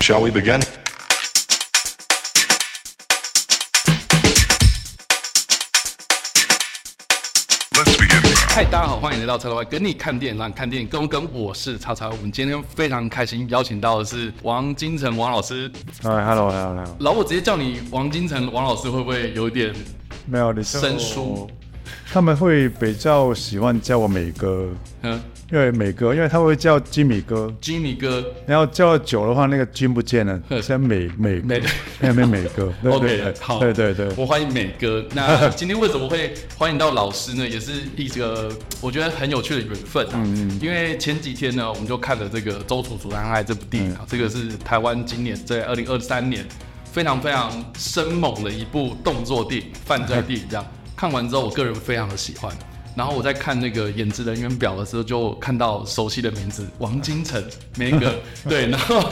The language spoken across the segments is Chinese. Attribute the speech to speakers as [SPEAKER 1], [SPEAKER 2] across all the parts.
[SPEAKER 1] Shall we begin? 嗨，大家好，欢迎来到叉叉 Y 跟你看电影，让你看电影更跟。我是叉叉，我们今天非常开心邀请到的是王金城王老师。
[SPEAKER 2] 哎，hello hello hello，
[SPEAKER 1] 老我直接叫你王金城王老师，会不会有点
[SPEAKER 2] 没有你
[SPEAKER 1] 生疏？
[SPEAKER 2] 他们会比较喜欢叫我美哥，
[SPEAKER 1] 嗯，
[SPEAKER 2] 因为美哥，因为他会叫吉米哥，
[SPEAKER 1] 吉米哥？
[SPEAKER 2] 然后叫久的话，那个金不 见了，现在美美
[SPEAKER 1] 美
[SPEAKER 2] 哥，那边美哥，对
[SPEAKER 1] OK，
[SPEAKER 2] 对对
[SPEAKER 1] 好，
[SPEAKER 2] 对对对，
[SPEAKER 1] 我欢迎美哥。 那今天为什么会欢迎到老师呢？也是一个我觉得很有趣的缘分啊。
[SPEAKER 2] 嗯
[SPEAKER 1] 因为前几天呢，我们就看了这个《周楚楚男孩》这部电影啊，
[SPEAKER 2] 嗯
[SPEAKER 1] 这个是台湾今年在二零二三年非常非常生猛的一部动作电影、犯罪电影。这样看完之后，我个人非常的喜欢。然后我在看那个演职人员表的时候，就看到熟悉的名字王金城，梅格，对，然后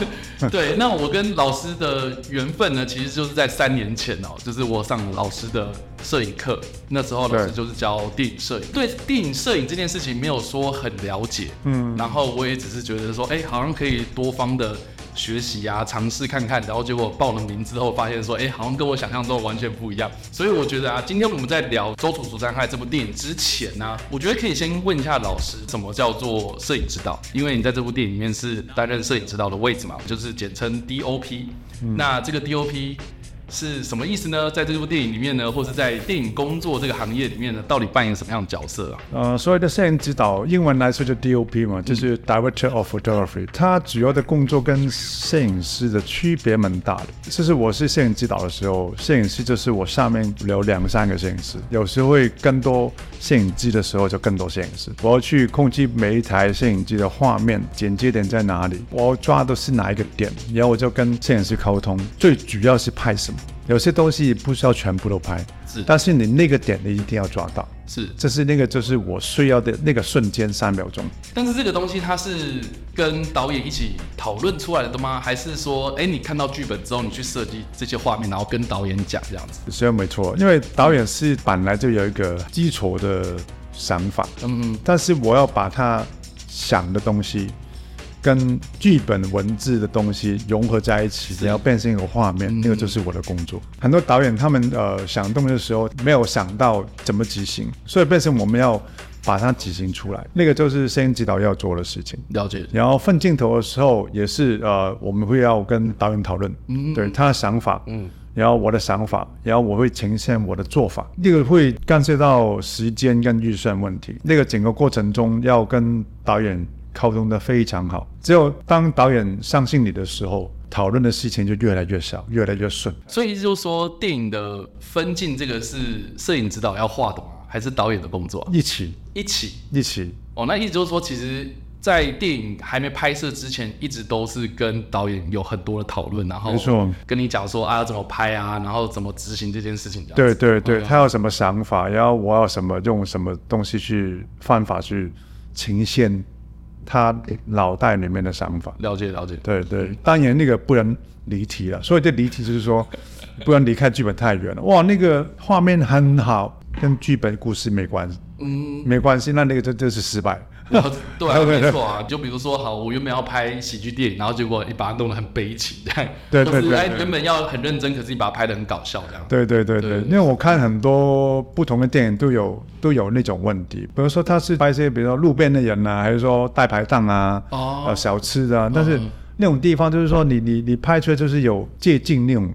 [SPEAKER 1] 对，那我跟老师的缘分呢，其实就是在三年前哦，就是我上老师的摄影课，那时候老师
[SPEAKER 2] 对
[SPEAKER 1] 就是教电影摄影，对电影摄影这件事情没有说很了解，嗯，然后我也只是觉得说，哎，好像可以多方的。学习啊，尝试看看，然后结果报了名之后，发现说，哎、好像跟我想象中完全不一样。所以我觉得啊，今天我们在聊《周楚楚伤害》这部电影之前呢、我觉得可以先问一下老师，什么叫做摄影指导？因为你在这部电影里面是担任摄影指导的位置嘛，就是简称 DOP、那这个 DOP 是什么意思呢？在这部电影里面呢，或是在电影工作这个行业里面呢，到底扮演什么样的角色啊？
[SPEAKER 2] 呃，所谓的摄影指导，英文来说就 DOP 嘛，就是 Director of Photography。它主要的工作跟摄影师的区别蛮大的。就是我是摄影指导的时候，摄影师就是我下面有两三个摄影师，有时会更多摄影机的时候就更多摄影师。我要去控制每一台摄影机的画面，剪接点在哪里，我要抓的是哪一个点，然后我就跟摄影师沟通，最主要是拍什么。有些东西不需要全部都拍
[SPEAKER 1] 是，
[SPEAKER 2] 但是你那个点你一定要抓到。
[SPEAKER 1] 是
[SPEAKER 2] 这是那个就是我需要的那个瞬间三秒钟。
[SPEAKER 1] 但是这个东西它是跟导演一起讨论出来的吗？还是说，哎、你看到剧本之后，你去设计这些画面，然后跟导演讲这样子？
[SPEAKER 2] 虽然没错，因为导演是本来就有一个基础的想法，
[SPEAKER 1] 嗯，
[SPEAKER 2] 但是我要把他想的东西跟剧本文字的东西融合在一起，然后变成一个画面，那个就是我的工作。很多导演他们呃想东西的时候没有想到怎么执行，所以变成我们要把它执行出来，那个就是摄影指导要做的事情。
[SPEAKER 1] 了解。
[SPEAKER 2] 然后放镜头的时候也是呃，我们会要跟导演讨论，对他的想法，嗯，然后我的想法，然后我会呈现我的做法。那个会干涉到时间跟预算问题，那个整个过程中要跟导演沟通的非常好。只有当导演相信你的时候，讨论的事情就越来越少，越来越顺。
[SPEAKER 1] 所以就是说，电影的分镜这个是摄影指导要画的吗？还是导演的工作啊、
[SPEAKER 2] 一起，
[SPEAKER 1] 一起
[SPEAKER 2] 一起，
[SPEAKER 1] 哦，那意思就是说，其实，在电影还没拍摄之前，一直都是跟导演有很多的讨论，然后
[SPEAKER 2] 没错
[SPEAKER 1] 跟你讲说啊要怎么拍啊，然后怎么执行这件事情这样子。
[SPEAKER 2] 对对对，
[SPEAKER 1] 嗯
[SPEAKER 2] 他有什么想法，然后我要什么用什么东西去方法去呈现他脑袋里面的想法。
[SPEAKER 1] 了解了解。
[SPEAKER 2] 对对，当然那个不能离题了，所以这离题就是说不能离开剧本太远了。哇，那个画面很好，跟剧本故事没关系，
[SPEAKER 1] 嗯，
[SPEAKER 2] 没关系，那那个就就是失败。
[SPEAKER 1] 然后对啊，
[SPEAKER 2] 对 对
[SPEAKER 1] 没错啊。就比如说，好，我原本要拍喜剧电影，然后结果你把它弄得很悲情，这样。
[SPEAKER 2] 对对
[SPEAKER 1] 或是
[SPEAKER 2] 对
[SPEAKER 1] 哎，
[SPEAKER 2] 对
[SPEAKER 1] 原本要很认真，可是你把它拍得很搞笑，这样。
[SPEAKER 2] 对对对
[SPEAKER 1] 对
[SPEAKER 2] 对，因为我看很多不同的电影都有都有那种问题，比如说他是拍一些比如说路边的人啊，还是说大排档啊，
[SPEAKER 1] 哦
[SPEAKER 2] 呃小吃的、啊，但是那种地方就是说你你你拍出来就是有接近那种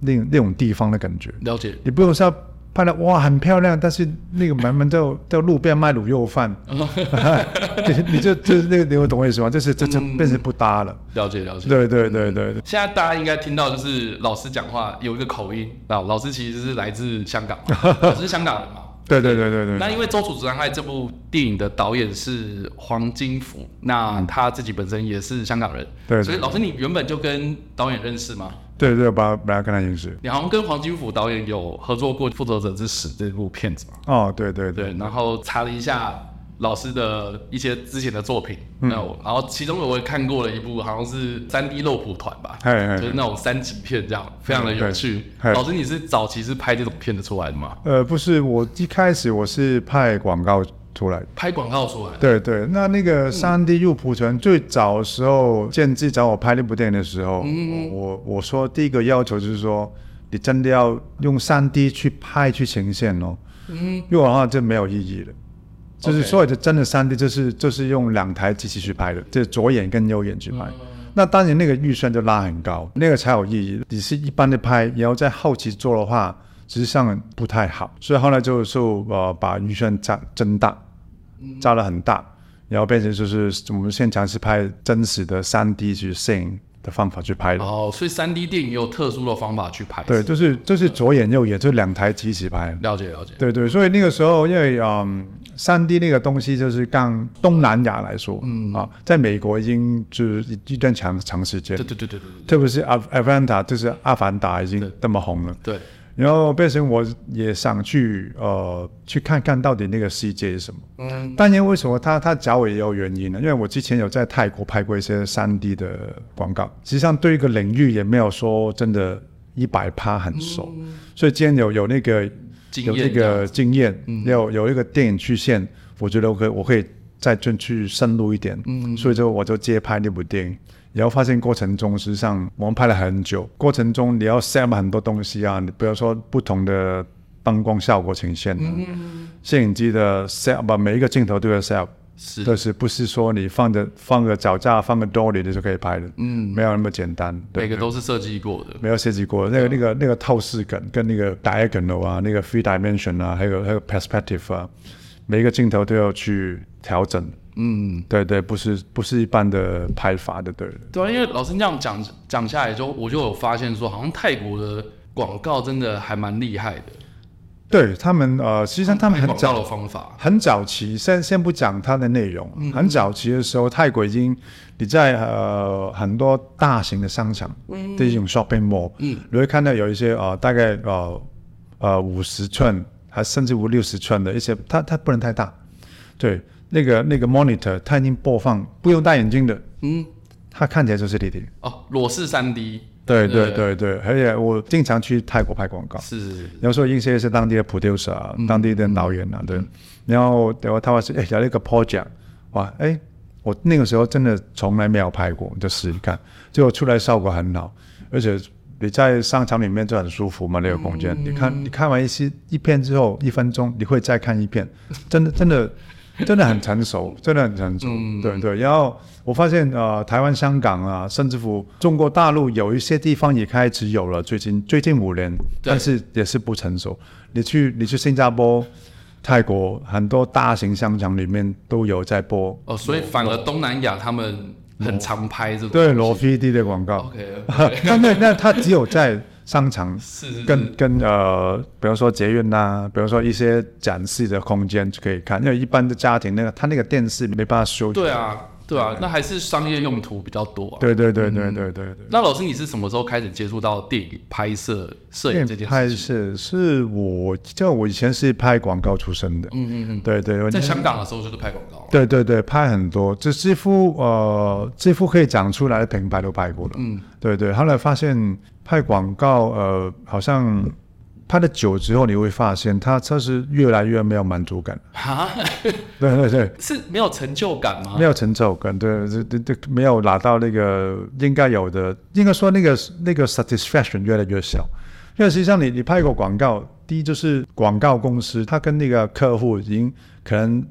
[SPEAKER 2] 那种那种地方的感觉，
[SPEAKER 1] 了解。
[SPEAKER 2] 你不用是要拍的哇很漂亮，但是那个门门在在路边卖卤肉饭，你你就就是那个你会懂我意思吗？就是这这
[SPEAKER 1] 嗯
[SPEAKER 2] 变成不搭了，
[SPEAKER 1] 了解了解。
[SPEAKER 2] 对对对对对，
[SPEAKER 1] 现在大家应该听到，就是老师讲话有一个口音啊。老师其实是来自香港嘛， 老师是香港人嘛。
[SPEAKER 2] 对对对对对。
[SPEAKER 1] 那因为《周楚之伤害》这部电影的导演是黄金福，那他自己本身也是香港人，
[SPEAKER 2] 对对
[SPEAKER 1] 所以老师你原本就跟导演认识吗？
[SPEAKER 2] 对对，把把它跟他认识。
[SPEAKER 1] 你好像跟黄金福导演有合作过《复仇者之死》这部片子嘛？
[SPEAKER 2] 哦，对对对
[SPEAKER 1] 对，然后查了一下老师的一些之前的作品，
[SPEAKER 2] 嗯
[SPEAKER 1] 那我然后其中我也看过了一部，好像是三 D 肉蒲团吧，
[SPEAKER 2] 嘿嘿嘿
[SPEAKER 1] 就是那种三级片这样，非常的有趣。
[SPEAKER 2] 嘿嘿
[SPEAKER 1] 老师，你是早期是拍这种片子出来的吗？
[SPEAKER 2] 呃，不是，我一开始我是拍广告出来的。
[SPEAKER 1] 拍广告出来。
[SPEAKER 2] 对对，那那个三 D 入谱权最早的时候，建基找我拍那部电影的时候，我我说第一个要求就是说，你真的要用三 D 去拍去呈现哦，
[SPEAKER 1] 嗯，
[SPEAKER 2] 要不然的话就没有意义了。就是
[SPEAKER 1] OK
[SPEAKER 2] 所有的真的三 D 就是就是用两台机器去拍的，就是左眼跟右眼去
[SPEAKER 1] 嗯
[SPEAKER 2] 拍。那当然那个预算就拉很高，那个才有意义。你是一般的拍，然后在后期做的话，实际上不太好。所以后来就是呃把预算加增大，
[SPEAKER 1] 嗯
[SPEAKER 2] 加了很大，然后变成就是我们现场是拍真实的三 D 去摄影的方法去拍的。
[SPEAKER 1] 哦，所以三 D 电影也有特殊的方法去拍。
[SPEAKER 2] 对，，就是就是左眼右眼，就两台机器拍。
[SPEAKER 1] 了解了解。
[SPEAKER 2] 对对，所以那个时候，因为嗯，三 D 那个东西就是刚东南亚来说，嗯啊，在美国已经就是一一段长长时间
[SPEAKER 1] 对，对对对对
[SPEAKER 2] 特别是阿阿凡达，就是阿凡达已经那么红了。
[SPEAKER 1] 对对，
[SPEAKER 2] 然后变成我也想去呃去看看到底那个世界是什么。
[SPEAKER 1] 嗯，
[SPEAKER 2] 当然，为什么他他找我也有原因呢？因为我之前有在泰国拍过一些三 D 的广告，实际上对一个领域也没有说真的一百趴很熟，所以今天有有那个
[SPEAKER 1] 嗯经
[SPEAKER 2] 有这
[SPEAKER 1] 验这样
[SPEAKER 2] 个经验，有有一个电影去线，我觉得我可以我可以再进去深入一点，嗯，所以就我就接拍那部电影。然后发现过程中，实际上我们拍了很久，过程中你要 set 很多东西啊，你比如说不同的灯光效果呈现、啊，摄影机的 set 吧，每一个镜头都要 set，
[SPEAKER 1] 是
[SPEAKER 2] 就是不是说你放着放个脚架、放个 dolly 你就可以拍的，嗯，没有那么简单，对
[SPEAKER 1] 每个都是设计过的。
[SPEAKER 2] 没有设计过，那个那个那个透视感跟那个 diagonal 啊，那个 three dimension 啊，还有还有 perspective 啊，每一个镜头都要去调整。嗯，对对，不是不是一般的拍法的，对。
[SPEAKER 1] 对啊，因为老师这样讲讲下来之后，我就有发现说，好像泰国的广告真的还蛮厉害的。
[SPEAKER 2] 对他们呃，实际上他们很
[SPEAKER 1] 广
[SPEAKER 2] 早
[SPEAKER 1] 告的方法，
[SPEAKER 2] 很早期，先先不讲它的内容，很早期的时候，泰国已经你在呃很多大型的商场，这种 shopping mall，你会看到有一些呃大概呃呃五十寸，还甚至五六十寸的一些，它它不能太大，对，那个那个 monitor 它已经播放不用戴眼镜的，
[SPEAKER 1] 嗯，
[SPEAKER 2] 它看起来就是立体。
[SPEAKER 1] 哦，裸视三 D，
[SPEAKER 2] 对对
[SPEAKER 1] 对
[SPEAKER 2] 对对，而且我经常去泰国拍广告，
[SPEAKER 1] 是是嗯是
[SPEAKER 2] 有时候认识一些当地的 producer 啊，当地的导演啊，对。然后然后他们是哎有一个 project，哇，哎，我那个时候真的从来没有拍过，就试试看，结果出来效果很好，而且你在商场里面就很舒服嘛，那个空
[SPEAKER 1] 嗯
[SPEAKER 2] 间。你看你看完一些一片之后，一分钟你会再看一片，真的真的。真的很成熟， 真的很成熟，
[SPEAKER 1] 嗯
[SPEAKER 2] 对对。然后我发现，呃，台湾、香港啊，甚至乎中国大陆有一些地方也开始有了。最近最近五年，
[SPEAKER 1] 对
[SPEAKER 2] 但是也是不成熟。你去你去新加坡、泰国，很多大型商场里面都有在播
[SPEAKER 1] 哦，所以反而东南亚他们很常拍这种
[SPEAKER 2] 对罗 PD 的广告。
[SPEAKER 1] ，OK，
[SPEAKER 2] 那那那它只有在商场
[SPEAKER 1] 是是
[SPEAKER 2] 跟跟呃，比如说捷运呐、比如说一些展示的空间就可以看，因为一般的家庭那个它那个电视没办法修。
[SPEAKER 1] 对啊，对啊，那还是商业用途比较多啊。
[SPEAKER 2] 对对对对对对对。
[SPEAKER 1] 那老师，你是什么时候开始接触到电影拍摄、摄影这件
[SPEAKER 2] 拍
[SPEAKER 1] 事情？
[SPEAKER 2] 摄是我，就我以前是拍广告出身的，
[SPEAKER 1] 嗯嗯嗯，
[SPEAKER 2] 对对，我
[SPEAKER 1] 在香港的时候就是拍广告，
[SPEAKER 2] 对对对，拍很多，就几乎呃几乎可以讲出来的品牌都拍过了。
[SPEAKER 1] 嗯，
[SPEAKER 2] 对对。后来发现拍广告，呃，好像拍的久之后，你会发现它它是越来越没有满足感。
[SPEAKER 1] 哈，
[SPEAKER 2] 对对对，
[SPEAKER 1] 啊 是没有成就感吗
[SPEAKER 2] 没？有成就感，对对对对，没有拿到那个应该有的，应该说那个那个 satisfaction 越来越小。因为实际上你你拍过广告，第一就是广告公司，它跟那个客户已经可能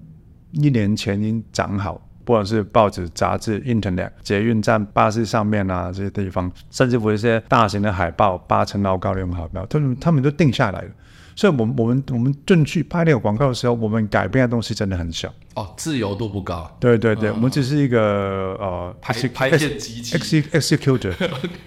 [SPEAKER 2] 一年前已经讲好，不管是报纸、杂志、Internet、捷运站、巴士上面啊这些地方，甚至乎一些大型的海报、八层楼高那种海报，他们他们都定下来了。所以我们我们我们正去拍那个广告的时候，我们改变的东西真的很小。
[SPEAKER 1] 哦，自由度不高，
[SPEAKER 2] 对对对，我们只是一个 呃
[SPEAKER 1] 拍
[SPEAKER 2] exec-
[SPEAKER 1] 拍片机器
[SPEAKER 2] exec- executor，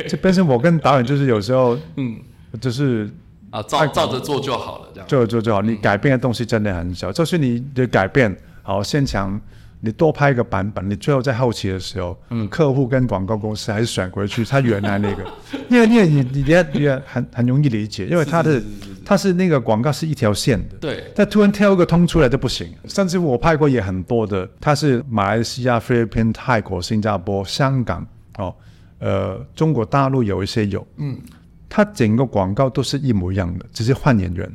[SPEAKER 2] 就变成我跟导演就是有时候
[SPEAKER 1] 嗯
[SPEAKER 2] 就是
[SPEAKER 1] 啊，照照着做就好了，这样。
[SPEAKER 2] 做做做好，你改变的东西真的很小，就是你的改变好现场。你多拍一个版本，你最后在后期的时候，嗯，客户跟广告公司还是选回去他原来那 个，因为因为你你也你也很很容易理解，因为他的他是那个广告是一条线的，
[SPEAKER 1] 对，
[SPEAKER 2] 但突然跳一个通出来就不行。甚至我拍过也很多的，它是马来西亚、菲律宾、泰国、新加坡、香港哦，呃，中国大陆有一些有，嗯，它整个广告都是一模一样的，只是换演员。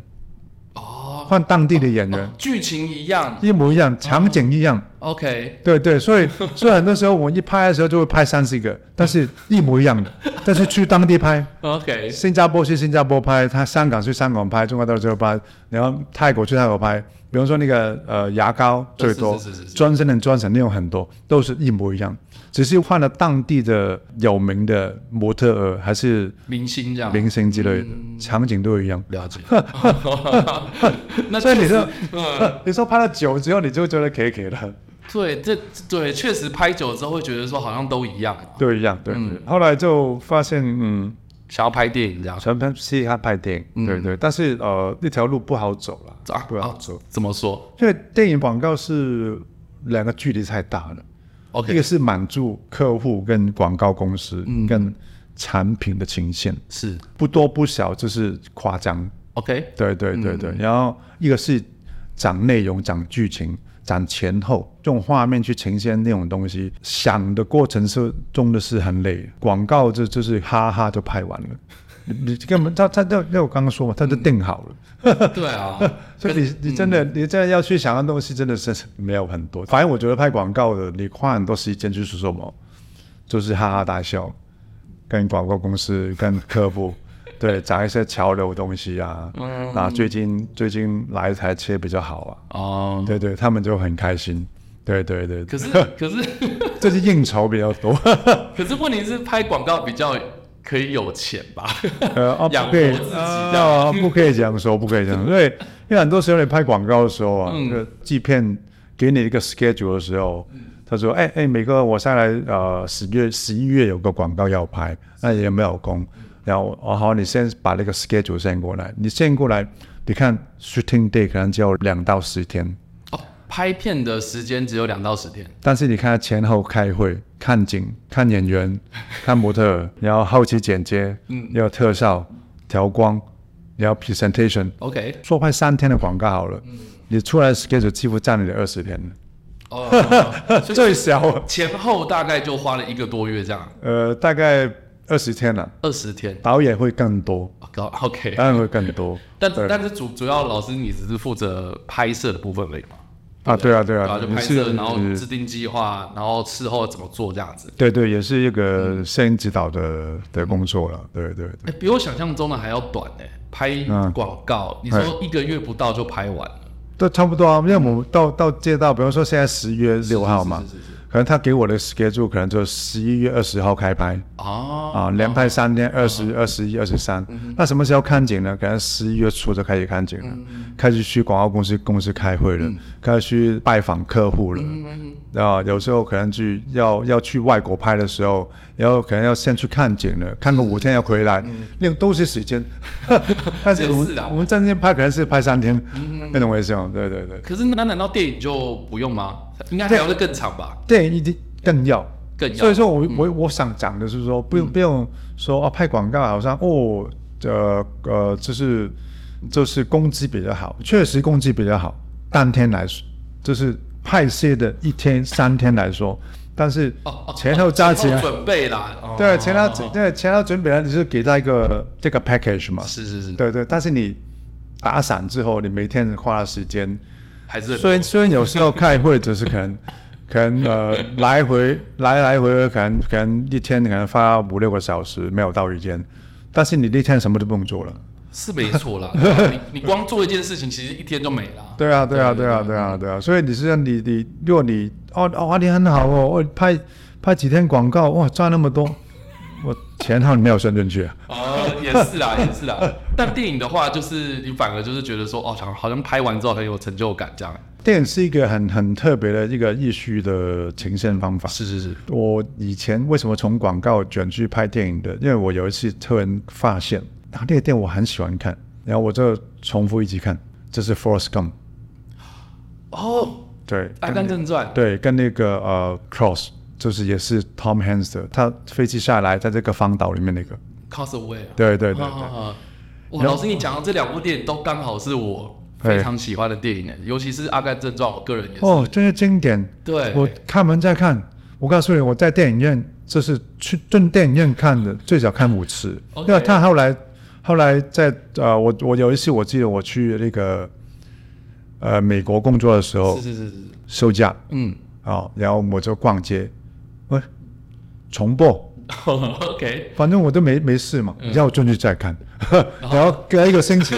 [SPEAKER 1] 哦，
[SPEAKER 2] 换当地的演员，
[SPEAKER 1] 剧情一样
[SPEAKER 2] 一模一样，场景一样。
[SPEAKER 1] ，OK，
[SPEAKER 2] 对对，所以所以很多时候我们一拍的时候就会拍三四个，但是一模一样的，但是去当地拍，
[SPEAKER 1] OK，
[SPEAKER 2] 新加坡去新加坡拍，他香港去香港拍，中国大陆就拍，然后泰国去泰国拍。比方说那个呃牙膏最多
[SPEAKER 1] 是是是是是
[SPEAKER 2] ，Johnson and Johnson 那种很多都是一模一样，只是换了当地的有名的模特儿还是
[SPEAKER 1] 明星这样，
[SPEAKER 2] 明星之类的，场景都一样。
[SPEAKER 1] 了 解。 那
[SPEAKER 2] 所以
[SPEAKER 1] 确
[SPEAKER 2] 你
[SPEAKER 1] 实
[SPEAKER 2] 说，
[SPEAKER 1] 嗯，
[SPEAKER 2] 你说拍了久之后，你就觉得可以可以了，
[SPEAKER 1] 对，这对确实拍久了之后会觉得说好像都一样，啊
[SPEAKER 2] 都一样。对，
[SPEAKER 1] 嗯
[SPEAKER 2] 对后来就发现，嗯，
[SPEAKER 1] 想要拍电影这样。
[SPEAKER 2] 全拍嘻哈拍电影，
[SPEAKER 1] 嗯
[SPEAKER 2] 对对，但是呃，那条路不好走了，
[SPEAKER 1] 啊
[SPEAKER 2] 不好
[SPEAKER 1] 啊
[SPEAKER 2] 走，，
[SPEAKER 1] 怎么说
[SPEAKER 2] 因为电影广告是两个距离太大了，一
[SPEAKER 1] ？OK，
[SPEAKER 2] 个是满足客户跟广告公司跟产品的情线，
[SPEAKER 1] 是
[SPEAKER 2] 不多不少，就是夸张。
[SPEAKER 1] OK，
[SPEAKER 2] 对对对对，然后一个是讲内容、讲剧情、讲前后，用画面去呈现那种东西，想的过程是真的是很累的。广告就就是哈哈就拍完了，你你根本他他就就我刚刚说嘛，他就定好了。
[SPEAKER 1] 对啊，
[SPEAKER 2] 所以你你真
[SPEAKER 1] 嗯
[SPEAKER 2] 的、你真的要去想的东西真的是没有很多。反正我觉得拍广告的，你花很多时间就是什么，就是哈哈大笑，跟广告公司、跟客户， 对，讲一些潮流东西啊。嗯。啊，最近最近哪一台车比较好啊？
[SPEAKER 1] 哦，
[SPEAKER 2] 对对，他们就很开心。对对对，
[SPEAKER 1] 可是可是
[SPEAKER 2] 这是应酬比较多。
[SPEAKER 1] 可是问题是拍广告比较可以有钱吧？
[SPEAKER 2] 呃，哦，
[SPEAKER 1] 养
[SPEAKER 2] 不可以
[SPEAKER 1] 活自己这样嗯
[SPEAKER 2] 啊，不可以这样说，不可以这样说，因为因为很多时候你拍广告的时候啊，那个制片给你一个 schedule 的时候，
[SPEAKER 1] 嗯
[SPEAKER 2] 他说，哎哎，每个我下来呃十月十一月有个广告要拍，那也没有空，然后哦好，你先把那个 schedule 先过来，你先过来，你看 shooting day 可能只有两到十天，
[SPEAKER 1] 哦，拍片的时间只有两到十天，
[SPEAKER 2] 但是你看前后开会、看景、看演员、看模特 儿，然后后期剪接，嗯，要特效、调光，然后 presentation，
[SPEAKER 1] OK，
[SPEAKER 2] 说拍三天的广告好了，
[SPEAKER 1] 嗯
[SPEAKER 2] 你出来 schedule 几乎占你的二十天 了，
[SPEAKER 1] 哦， 哦哦所以
[SPEAKER 2] 最少
[SPEAKER 1] 前后大概就花了一个多月这样，
[SPEAKER 2] 呃大概二十天了，
[SPEAKER 1] 二十天。
[SPEAKER 2] 导演会 更多，
[SPEAKER 1] 哦搞 OK，，
[SPEAKER 2] 当然会更多
[SPEAKER 1] 但
[SPEAKER 2] 啊对
[SPEAKER 1] 但是主主要老师你只是负责拍摄的部分而已嘛？
[SPEAKER 2] 啊对啊对
[SPEAKER 1] 然后
[SPEAKER 2] 啊，
[SPEAKER 1] 就
[SPEAKER 2] 你
[SPEAKER 1] 拍
[SPEAKER 2] 是
[SPEAKER 1] 摄，然后
[SPEAKER 2] 呃
[SPEAKER 1] 制定计划，然后事后怎么做这样子。
[SPEAKER 2] 对对，也是一个摄影指导的的工作了，对对对。
[SPEAKER 1] 嗯哎、比我想象中的还要短哎、拍
[SPEAKER 2] 嗯
[SPEAKER 1] 广
[SPEAKER 2] 哎
[SPEAKER 1] 告，你说一个月不到就拍完了，
[SPEAKER 2] 都差不多啊，因为我们到到接到，比方说现在十月六号嘛，
[SPEAKER 1] 是是是
[SPEAKER 2] 可能他给我的 schedule 可能就十一月二十号开拍
[SPEAKER 1] 哦，嗯
[SPEAKER 2] 啊，连拍三天，二十、二十一、二十三。那什么时候看景呢？可能十一月初就开始看景了，
[SPEAKER 1] 嗯
[SPEAKER 2] 开始去广告公司公司开会了，开始去拜访客户了。
[SPEAKER 1] 嗯
[SPEAKER 2] 啊，有时候可能去要要去外国拍的时候，然后可能要先去看景了，看个五天要回来，那种都是 时间。 但是
[SPEAKER 1] 也
[SPEAKER 2] 我们
[SPEAKER 1] 嗯是啊嗯
[SPEAKER 2] 我们真正拍可能是拍三天，那种回事哦。对对对。
[SPEAKER 1] 可是那难道电影就不用吗？应该还要再更长吧？
[SPEAKER 2] 电影一定更要
[SPEAKER 1] 更要
[SPEAKER 2] 所以说我、我我想讲的是说，不用、不用说啊，拍广告好像哦，呃呃，就是就是工资比较好，确实工资比较好，当天来说，就是拍摄的一天三天来说，但是
[SPEAKER 1] 哦哦
[SPEAKER 2] 前后加起来。
[SPEAKER 1] 前后准备啦，哦、
[SPEAKER 2] 对，啊前后准对前后准备了，你是给他一个这个 package 嘛？
[SPEAKER 1] 哦是是是，
[SPEAKER 2] 对对，但是你打散之后，你每天花的时间，
[SPEAKER 1] 还是很
[SPEAKER 2] 虽然虽然有时候开会只是可能， 可能呃来回来来回回可能可能一天可能花五六个小时没有到一天，但是你那天什么都不用做了。
[SPEAKER 1] 是没错 啦。对啊你你光做一件事情，其实一天就没了。
[SPEAKER 2] 对啊，对啊，对啊，对啊，对啊。所以你是让你你，如果你哦哦你很好哦，我拍拍几天广告哇赚那么多，我钱号你没有算进去啊？
[SPEAKER 1] 哦，也是啦，也 是啦。但电影的话，就是你反而就是觉得说，哦，好像好像拍完之后很有成就感这样。
[SPEAKER 2] 电影是一个很很特别的一个艺术的呈现方法。
[SPEAKER 1] 是是是，
[SPEAKER 2] 我以前为什么从广告转去拍电影的？因为我有一次突然发现，啊，那个电影我很喜欢看，然后我就重复一直看。这是《Forrest Gump》，
[SPEAKER 1] 哦，
[SPEAKER 2] 对，
[SPEAKER 1] 《阿甘正传》
[SPEAKER 2] 对，跟那个呃《Cross》，就是也是 Tom Hanks 的，他飞机下来在这个荒岛里面那个，
[SPEAKER 1] Cosaway 啊。
[SPEAKER 2] 对对对
[SPEAKER 1] 啊
[SPEAKER 2] 对，
[SPEAKER 1] 啊啊哇，老师，你讲的这两部电影都刚好是我非常喜欢的电影耶，尤其是《阿甘正传》，我个人也是。
[SPEAKER 2] 哦，真是经典。
[SPEAKER 1] 对，
[SPEAKER 2] 我看完再看，我告诉你，我在电影院这是去进电影院看的，最少看五次。
[SPEAKER 1] OK
[SPEAKER 2] 因为他后来后来在呃，我我有一次我记得我去那个呃美国工作的时候
[SPEAKER 1] 是是是是，
[SPEAKER 2] 休假
[SPEAKER 1] 嗯
[SPEAKER 2] 啊，然后我就逛街，喂，重播，
[SPEAKER 1] ，OK，
[SPEAKER 2] 反正我都没没事
[SPEAKER 1] 嗯
[SPEAKER 2] 嘛，要进去再看，
[SPEAKER 1] 哦
[SPEAKER 2] 然后隔一个星 期，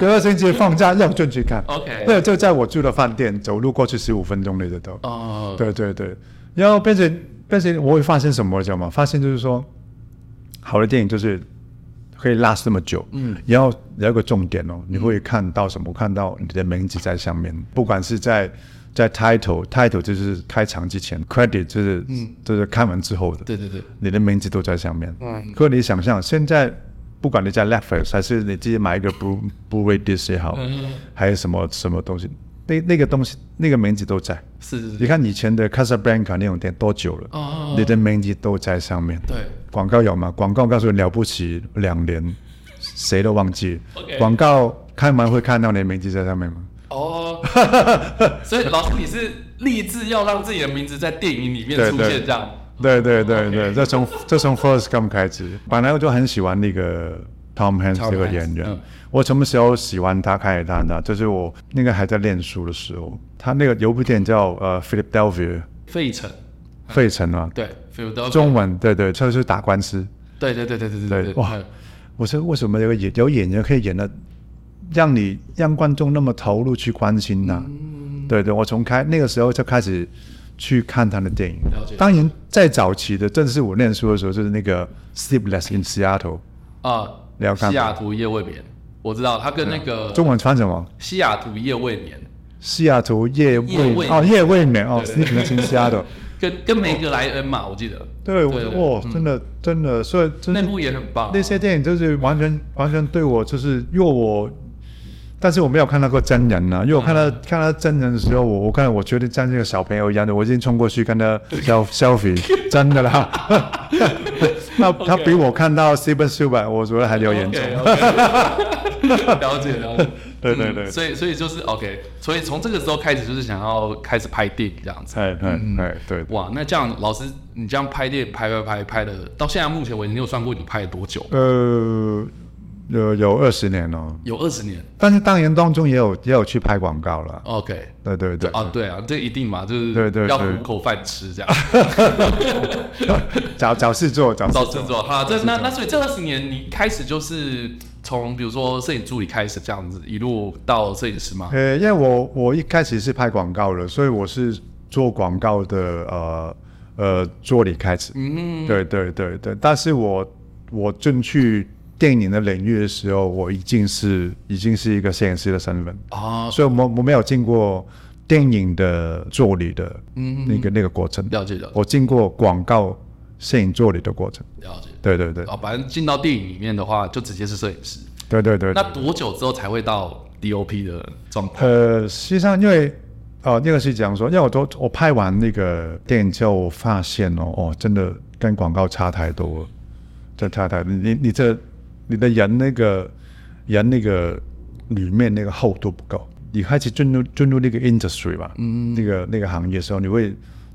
[SPEAKER 2] 隔个星期放假要进去看
[SPEAKER 1] OK
[SPEAKER 2] 对，就在我住的饭店走路过去十五分钟内的都。
[SPEAKER 1] 哦，
[SPEAKER 2] 对对对，然后变成变成我会发现什么，你知道吗？发现就是说，好的电影就是可以 last 那么久，
[SPEAKER 1] 嗯，
[SPEAKER 2] 然后有一个重点哦，你会看到什么？看到你的名字在上面，不管是在在 title title 就是开场之前，credit 就是
[SPEAKER 1] 嗯
[SPEAKER 2] 就是看完之后的，
[SPEAKER 1] 对对对，
[SPEAKER 2] 你的名字都在上面。
[SPEAKER 1] 嗯
[SPEAKER 2] 可你想象现在，不管你在 Netflix 还是你自己买一个 Blu Blu-ray disc 也好，
[SPEAKER 1] 嗯
[SPEAKER 2] 还有什么什么东西，那那个东西那个名字都在。
[SPEAKER 1] 是是
[SPEAKER 2] 你
[SPEAKER 1] 是，
[SPEAKER 2] 看以前的 Casablanca 那种店多久了？
[SPEAKER 1] 哦
[SPEAKER 2] 你的名字都在上面。
[SPEAKER 1] 对，
[SPEAKER 2] 广告有吗？广告告诉你了不起两年，谁都忘记。
[SPEAKER 1] OK
[SPEAKER 2] 广告看完会看到你的名字在上面吗？
[SPEAKER 1] 哦，所以老师你是立志要让自己的名字在电影里面
[SPEAKER 2] 对
[SPEAKER 1] 出
[SPEAKER 2] 对
[SPEAKER 1] 现这样，
[SPEAKER 2] 对对对
[SPEAKER 1] OK
[SPEAKER 2] 对，这从这从 First Come 开始，本来我就很喜欢那个 Tom Hanks
[SPEAKER 1] Tom
[SPEAKER 2] 这个
[SPEAKER 1] Hanks，
[SPEAKER 2] 演员。
[SPEAKER 1] 嗯
[SPEAKER 2] 我什么时候喜欢他、开始看他？就是我那个还在念书的时候，他那个有部电影叫呃《Philadelphia》
[SPEAKER 1] 嗯费城，
[SPEAKER 2] 费城啊，
[SPEAKER 1] 对，费城，
[SPEAKER 2] 中文对对，就是打官司。
[SPEAKER 1] 对对对对对对
[SPEAKER 2] 对
[SPEAKER 1] 对，
[SPEAKER 2] 哇
[SPEAKER 1] 嗯
[SPEAKER 2] 我说为什么有个演有演员可以演的，让你让观众那么投入去关心呢、对对，我从开那个时候就开始去看他的电影
[SPEAKER 1] 了解。
[SPEAKER 2] 当然，在早期的，正是我念书的时候，就是那个《Sleepless in Seattle
[SPEAKER 1] 啊
[SPEAKER 2] 你要，看吗
[SPEAKER 1] 西雅图夜未眠，我知道他跟那》，个
[SPEAKER 2] 中文翻什么？
[SPEAKER 1] 西雅图夜未眠，
[SPEAKER 2] 西雅图夜
[SPEAKER 1] 夜
[SPEAKER 2] 未
[SPEAKER 1] 未
[SPEAKER 2] 哦，夜未眠哦，《
[SPEAKER 1] 对对
[SPEAKER 2] Sleepless in Seattle》。
[SPEAKER 1] 跟跟梅格莱恩嘛，我记得，
[SPEAKER 2] 哦对，嗯我哇，真的真的，所以真
[SPEAKER 1] 那
[SPEAKER 2] 的
[SPEAKER 1] 部也很棒啊，
[SPEAKER 2] 那些电影就是完全完全对我就是，因为我，但是我没有看到过真人啊，因为我看到、看到真人的时候，我我看我觉得像这个小朋友一样的，我已经冲过去跟他 self selfie，真的啦。那他比我看到 Steven s u b e r 我觉得还要严重。
[SPEAKER 1] 哦 OK，OK 了解了解，
[SPEAKER 2] 对对对
[SPEAKER 1] 嗯所以所以就是 OK，所以从这个时候开始就是想要开始拍电影这样子。
[SPEAKER 2] 哎哎哎，对，
[SPEAKER 1] 哇，那这样老师，你这样拍电影拍拍拍拍的，到现在目前为止，你有算过你拍了多久？
[SPEAKER 2] 呃，有有二十年了，
[SPEAKER 1] 有二十年。
[SPEAKER 2] 但是当然当中也有也有去拍广告了。
[SPEAKER 1] OK，
[SPEAKER 2] 对对对，
[SPEAKER 1] 啊，对啊，这一定嘛，就是
[SPEAKER 2] 对对
[SPEAKER 1] 要
[SPEAKER 2] 对
[SPEAKER 1] 糊口饭吃这样，
[SPEAKER 2] 找找事做，找
[SPEAKER 1] 找
[SPEAKER 2] 事
[SPEAKER 1] 事做哈。啊这那那所以这二十年，你开始就是从比如说摄影助理开始这样子，一路到摄影师吗？
[SPEAKER 2] 呃，因为我我一开始是拍广告的，所以我是做广告的呃呃助理开始。
[SPEAKER 1] 嗯，
[SPEAKER 2] 对对对对，但是我我进去电影的领域的时候，我已经是已经是一个摄影师的身份，
[SPEAKER 1] 啊，
[SPEAKER 2] 所以我我没有经过电影的助理的
[SPEAKER 1] 嗯
[SPEAKER 2] 那个、那个过程，
[SPEAKER 1] 了解了解
[SPEAKER 2] 我经过广告摄影助理的过程。
[SPEAKER 1] 了解。
[SPEAKER 2] 对对对
[SPEAKER 1] 啊，反正进到电影里面的话，就直接是摄影师。
[SPEAKER 2] 对对对。
[SPEAKER 1] 那多久之后才会到 DOP 的状态？
[SPEAKER 2] 呃，实际上因为呃，那个是讲说，因为我都我拍完那个电影之后，我发现哦哦，真的跟广告差太多了，真的差太多。你你这你的人那个人那个里面那个厚度不够。你开始进入进入那个 industry 吧，嗯，那个那个行业的时候，你会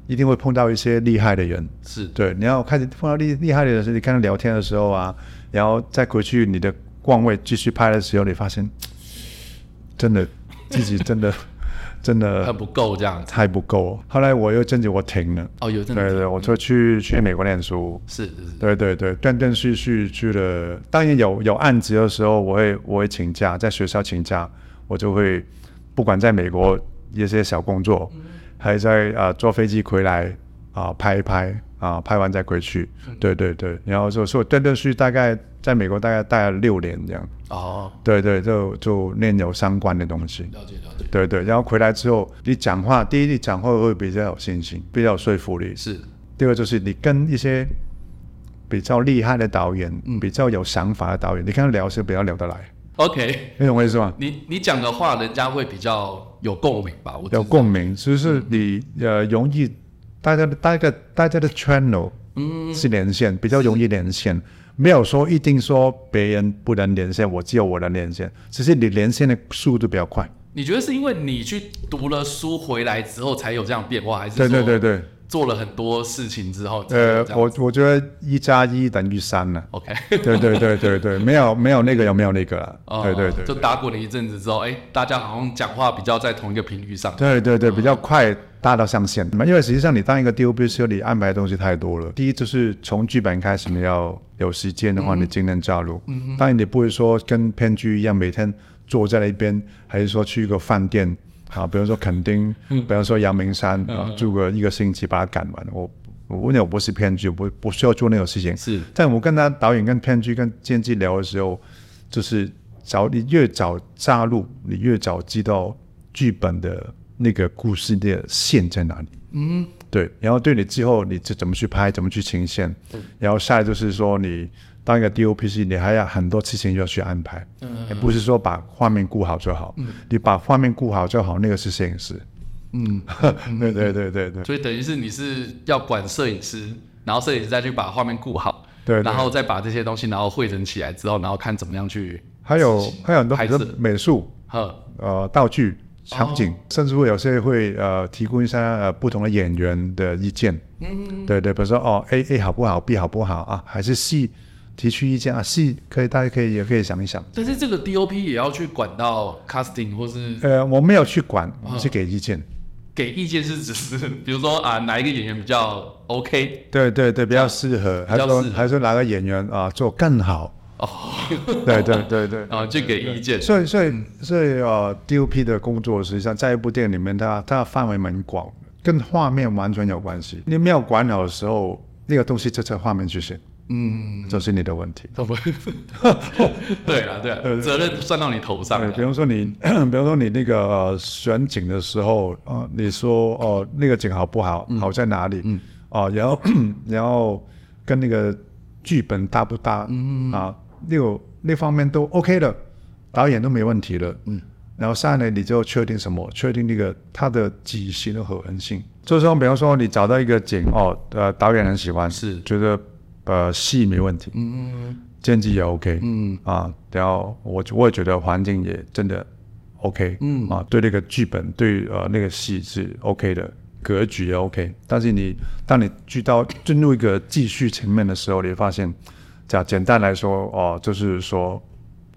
[SPEAKER 2] 一定会碰到一些厉害的人，
[SPEAKER 1] 是
[SPEAKER 2] 对，你要开始碰到厉厉害的人时，你跟他聊天的时候啊，然后再回去你的逛位继续拍的时候，你发现真的自己真的 真
[SPEAKER 1] 很
[SPEAKER 2] 的
[SPEAKER 1] 不够这样子。
[SPEAKER 2] 太不够了。后来我又真的我停了，
[SPEAKER 1] 哦，有这
[SPEAKER 2] 对
[SPEAKER 1] 种
[SPEAKER 2] 对，我就去去美国念书，
[SPEAKER 1] 是是是
[SPEAKER 2] 对对对，断断续续去了。当然有有案子的时候，我会我会请假，在学校请假，我就会不管在美国一些小工作，还在啊、呃坐飞机回来啊、拍一拍啊、拍完再回去。对对对，然后就说断断续续大概在美国大概待了六年这样。
[SPEAKER 1] 哦，
[SPEAKER 2] 对对，就就念有相关的东西。
[SPEAKER 1] 了解了解，
[SPEAKER 2] 对对，然后回来之后，你讲话，第一你讲话会比较有信心，比较有说服力。
[SPEAKER 1] 是
[SPEAKER 2] 第二就是你跟一些比较厉害的导演、
[SPEAKER 1] 嗯
[SPEAKER 2] 比较有想法的导演，你跟他聊是比较聊得来，
[SPEAKER 1] OK
[SPEAKER 2] 你懂我意思吗？
[SPEAKER 1] 你。你讲的话，人家会比较有共鸣吧？我觉
[SPEAKER 2] 有
[SPEAKER 1] 得
[SPEAKER 2] 共鸣，就是你呃容易大家的大家大家的 channel
[SPEAKER 1] 嗯
[SPEAKER 2] 是连线，比较容易连线。没有说一定说别人不能连线，我只有我能连线，只是你连线的速度比较快。
[SPEAKER 1] 你觉得是因为你去读了书回来之后才有这样变化，还是
[SPEAKER 2] 对对对
[SPEAKER 1] 对，
[SPEAKER 2] 对，
[SPEAKER 1] 做了很多事情之后，
[SPEAKER 2] 呃，
[SPEAKER 1] 这样
[SPEAKER 2] 我我觉得一加一等于三了。
[SPEAKER 1] OK，
[SPEAKER 2] 对对对对对，没有没有那个有没有那个了？
[SPEAKER 1] 哦
[SPEAKER 2] 对对对，
[SPEAKER 1] 就打滚了一阵子之后，哎、大家好像讲话比较在同一个频率上。
[SPEAKER 2] 对对对，比较快达到上限嘛。因为实际上你当一个 DOP 时候，你安排的东西太多了。第一就是从剧本开始，你要有时间的话，你尽量加入。嗯、当然你不会说跟编剧一样每天坐在那边，还是说去一个饭店啊，比如说垦丁，比方说阳明山、啊，住个一个星期把它赶完。我我因为我不是编剧，我不不需要做那种事情。
[SPEAKER 1] 是
[SPEAKER 2] 但我跟他导演、跟编剧、跟监制聊的时候，就是早你越早加入，你越早知道剧本的那个故事的线在哪里。嗯，对。然后对你之后你这怎么去拍，怎么去呈现，然后下来就是说你当一个 DOP 是，你还要很多事情要去安排，嗯、也不是说把画面顾好就好。嗯、你把画面顾好就好，那个是摄影师。
[SPEAKER 1] 嗯，
[SPEAKER 2] 对对对对对。
[SPEAKER 1] 所以等于是你是要管摄影师，然后摄影师再去把画面顾好，
[SPEAKER 2] 对对
[SPEAKER 1] 然后再把这些东西然后汇整起来之后，然后看怎么样去，
[SPEAKER 2] 还有还有很多
[SPEAKER 1] 拍
[SPEAKER 2] 比如
[SPEAKER 1] 摄
[SPEAKER 2] 说美术，
[SPEAKER 1] 呵，
[SPEAKER 2] 呃道具、场
[SPEAKER 1] 哦
[SPEAKER 2] 景，甚至会有些会呃提供一下呃不同的演员的意见。嗯，对对，比如说哦 A A 好不好，B 好不好啊，还是 C 提出意见啊，C 可以，大家可以也可以想一想。
[SPEAKER 1] 但是这个 DOP 也要去管到 casting 或是
[SPEAKER 2] 呃，我没有去管，
[SPEAKER 1] 啊
[SPEAKER 2] 我去给意见。
[SPEAKER 1] 给意见是只是，比如说啊，哪一个演员比较 OK
[SPEAKER 2] 对对对，比较适合，还是
[SPEAKER 1] 比较
[SPEAKER 2] 说
[SPEAKER 1] 适合
[SPEAKER 2] 还是说哪个演员啊做更好？
[SPEAKER 1] 哦，
[SPEAKER 2] 对对对对。
[SPEAKER 1] 啊，就给意见。
[SPEAKER 2] 所以，所以，所以，呃，DOP 的工作实际上在一部电影里面它，它的范围蛮广的，跟画面完全有关系。你没有管好的时候，那个东西就在画面出现，
[SPEAKER 1] 嗯，
[SPEAKER 2] 这是你的问题。
[SPEAKER 1] 怎么？ 对了对了，责任算到你头上啊
[SPEAKER 2] 对，比
[SPEAKER 1] 了。
[SPEAKER 2] 方说你， 比方说你那个、呃选景的时候，啊、你说哦、那个景好不好，好在哪里？嗯，哦、然后 然后跟那个剧本搭不搭？嗯啊，那个那方面都 OK 了，导演都没问题了。嗯，然后下来你就确定什么？确定那个它的几型的合恒性。就是说，比方说你找到一个景，哦，呃，导演很喜欢，
[SPEAKER 1] 是
[SPEAKER 2] 觉得呃戏没问题。
[SPEAKER 1] 嗯，
[SPEAKER 2] 经济也 OK，
[SPEAKER 1] 嗯
[SPEAKER 2] 啊，然后我我也觉得环境也真的 OK，嗯啊，对那个剧本对呃那个戏是 OK 的，格局也 OK，但是你当你去到进入一个技术层面的时候，你会发现，讲简单来说哦、就是说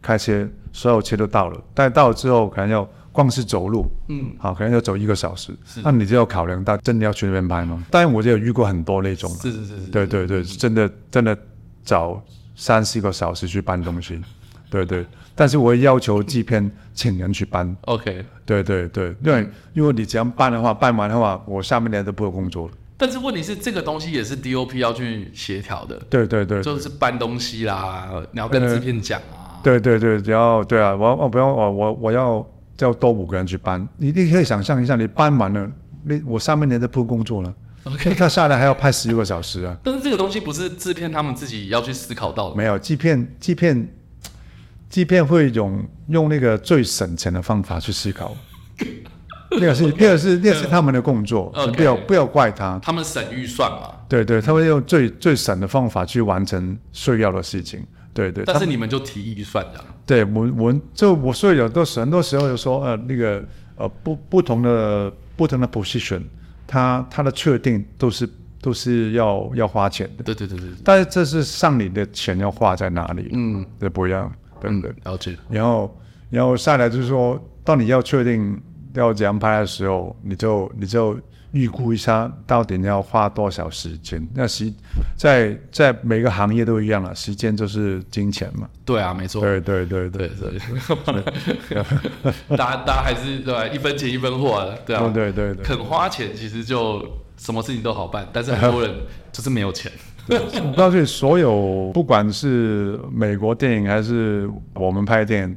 [SPEAKER 2] 开车所有车都到了，但到了之后可能要光是走路，嗯，好、可能要走一个小时，那你就要考量到真的要去那边拍吗？当然我就有遇过很多那种了，
[SPEAKER 1] 是是是是。
[SPEAKER 2] 对对对，真的真的找三四个小时去搬东西，对对。但是我会要求制片请人去搬，
[SPEAKER 1] OK，
[SPEAKER 2] 对对对，因为因为你这样搬的话，搬完的话，我下面的人都不会工作了。
[SPEAKER 1] 但是问题是，这个东西也是 DOP 要去协调的，
[SPEAKER 2] 对对对，
[SPEAKER 1] 就是搬东西啦，你要跟制片讲啊。
[SPEAKER 2] 对对对，然后对啊，我我不要我我我要要多五个人去搬，你你可以想象一下，你搬完了，你我上面的人都不会工作 了。OK，他下来还要拍十六个小时啊。
[SPEAKER 1] 但是这个东西不是制片他们自己要去思考到的吗。
[SPEAKER 2] 没有，制片制片制片会用用那个最省钱的方法去 思考，那个是那个是那个是他们的工作，
[SPEAKER 1] OK
[SPEAKER 2] 你不要不要怪他。
[SPEAKER 1] 他们省预算嘛，
[SPEAKER 2] 对对，他会用最最省的方法去完成需要的事情。对对，
[SPEAKER 1] 但
[SPEAKER 2] 他
[SPEAKER 1] 是你们就提预算这样。
[SPEAKER 2] 对我我就我所以有的时很多时候就说呃那个呃不不同的不同的 position，它它的确定都是都是要要花钱的，
[SPEAKER 1] 对对对对，对
[SPEAKER 2] 但是这是上你的钱要花在哪里，
[SPEAKER 1] 嗯，
[SPEAKER 2] 这不一样，等等。
[SPEAKER 1] 了解。
[SPEAKER 2] 然后，然后下来就是说，当你要确定要怎样拍的时候，你就你就预估一下到底你要花多少时间。那时在在每个行业都一样了，时间就是金钱嘛。
[SPEAKER 1] 对啊，没错。
[SPEAKER 2] 对对对对
[SPEAKER 1] 对对， 大家大家还是对吧？一分钱一分货啊，对啊，
[SPEAKER 2] 嗯对对对
[SPEAKER 1] 肯花钱其实就什么事情都好办，但是很多人就是没有钱。
[SPEAKER 2] 我告诉你，所有不管是美国电影还是我们拍的电影，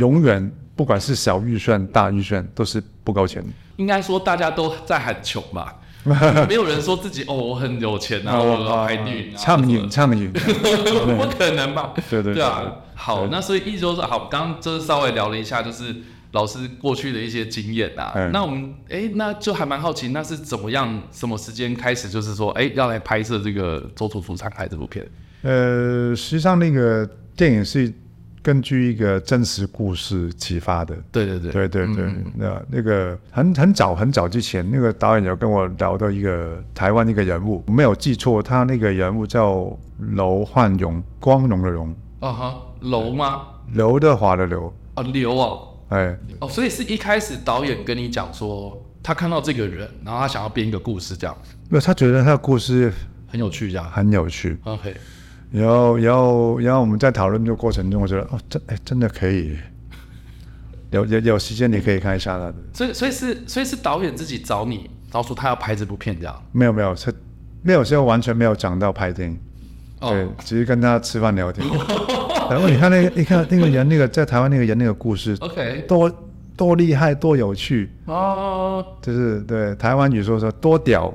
[SPEAKER 2] 永远不管是小预算大预算都是不够钱。
[SPEAKER 1] 应该说大家都在喊穷 吧，没有人说自己哦我很有钱啊，我要拍电影啊，
[SPEAKER 2] 哦畅
[SPEAKER 1] 什么
[SPEAKER 2] 饮
[SPEAKER 1] 的，
[SPEAKER 2] 畅 饮。
[SPEAKER 1] 不可能吧？
[SPEAKER 2] 对对
[SPEAKER 1] 对啊，好，那所以意思就是好，刚刚就是稍微聊了一下，就是老师过去的一些经验啊。
[SPEAKER 2] 嗯
[SPEAKER 1] 那我们哎、那就还蛮好奇，那是怎么样，什么时间开始，就是说哎、要来拍摄这个《周楚楚残骸》这部片？
[SPEAKER 2] 呃，实际上那个电影是根据一个真实故事启发的。
[SPEAKER 1] 对对对，
[SPEAKER 2] 对对对，那那个很很早很早之前，那个导演有跟我聊到一个台湾一个人物，没有记错，他那个人物叫楼焕荣，光荣的荣，
[SPEAKER 1] 啊哈，楼吗？
[SPEAKER 2] 刘德华的刘，
[SPEAKER 1] 啊，刘哦，
[SPEAKER 2] 哎，
[SPEAKER 1] 哦，所以是一开始导演跟你讲说，他看到这个人，然后他想要编一个故事，这样
[SPEAKER 2] 那他觉得他的故事
[SPEAKER 1] 很有趣，这样。
[SPEAKER 2] 很有趣，
[SPEAKER 1] OK，
[SPEAKER 2] 然后然后然后我们在讨论这个过程中，我觉得哦，真哎真的可以，有有有时间你可以看一下他的，
[SPEAKER 1] 所以所以是所以是导演自己找你，然后说他要拍这部片这样。
[SPEAKER 2] 没有没有，他没有时候完全没有讲到拍电影。
[SPEAKER 1] 哦
[SPEAKER 2] 对，只是跟他吃饭聊天。 然后你看那个，你看那个人，那个在台湾那个人那个故事，
[SPEAKER 1] ，OK，
[SPEAKER 2] 多多厉害，多有趣，
[SPEAKER 1] 哦
[SPEAKER 2] 就是对台湾语说说多屌。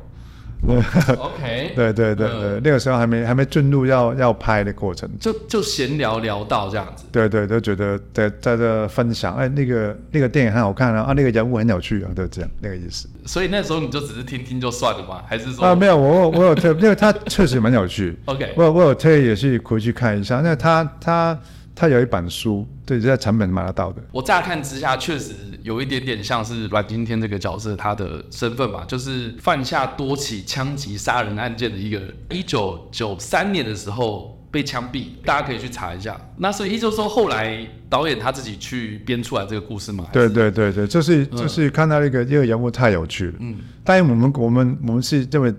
[SPEAKER 1] ，OK，
[SPEAKER 2] 对对对
[SPEAKER 1] 嗯
[SPEAKER 2] 对，那个时候还没还没进入要要拍的过程，
[SPEAKER 1] 就就闲聊聊到这样子。
[SPEAKER 2] 对对，都觉得在在这分享，哎，那个那个电影很好看啊，啊，那个人物很有趣啊，就这样那个意思。
[SPEAKER 1] 所以那时候你就只是听听就算了吗？还是说
[SPEAKER 2] 啊，没有，我我有特，因为他确实蛮有趣。
[SPEAKER 1] OK
[SPEAKER 2] 我我有特意也是回去看一下，那他他他有一本书，对，在成本买得到的。
[SPEAKER 1] 我乍看之下确实有一点点像是阮经天这个角色他的身份吧，就是犯下多起枪击杀人案件的一个人。一九九三年的时候被枪毙，大家可以去查一下。那所以也就是说，后来导演他自己去编出来这个故事嘛？还
[SPEAKER 2] 对
[SPEAKER 1] 是，
[SPEAKER 2] 对对对，就是就是看到那个这个人物太有趣了。
[SPEAKER 1] 嗯，
[SPEAKER 2] 但我们我们我们是认为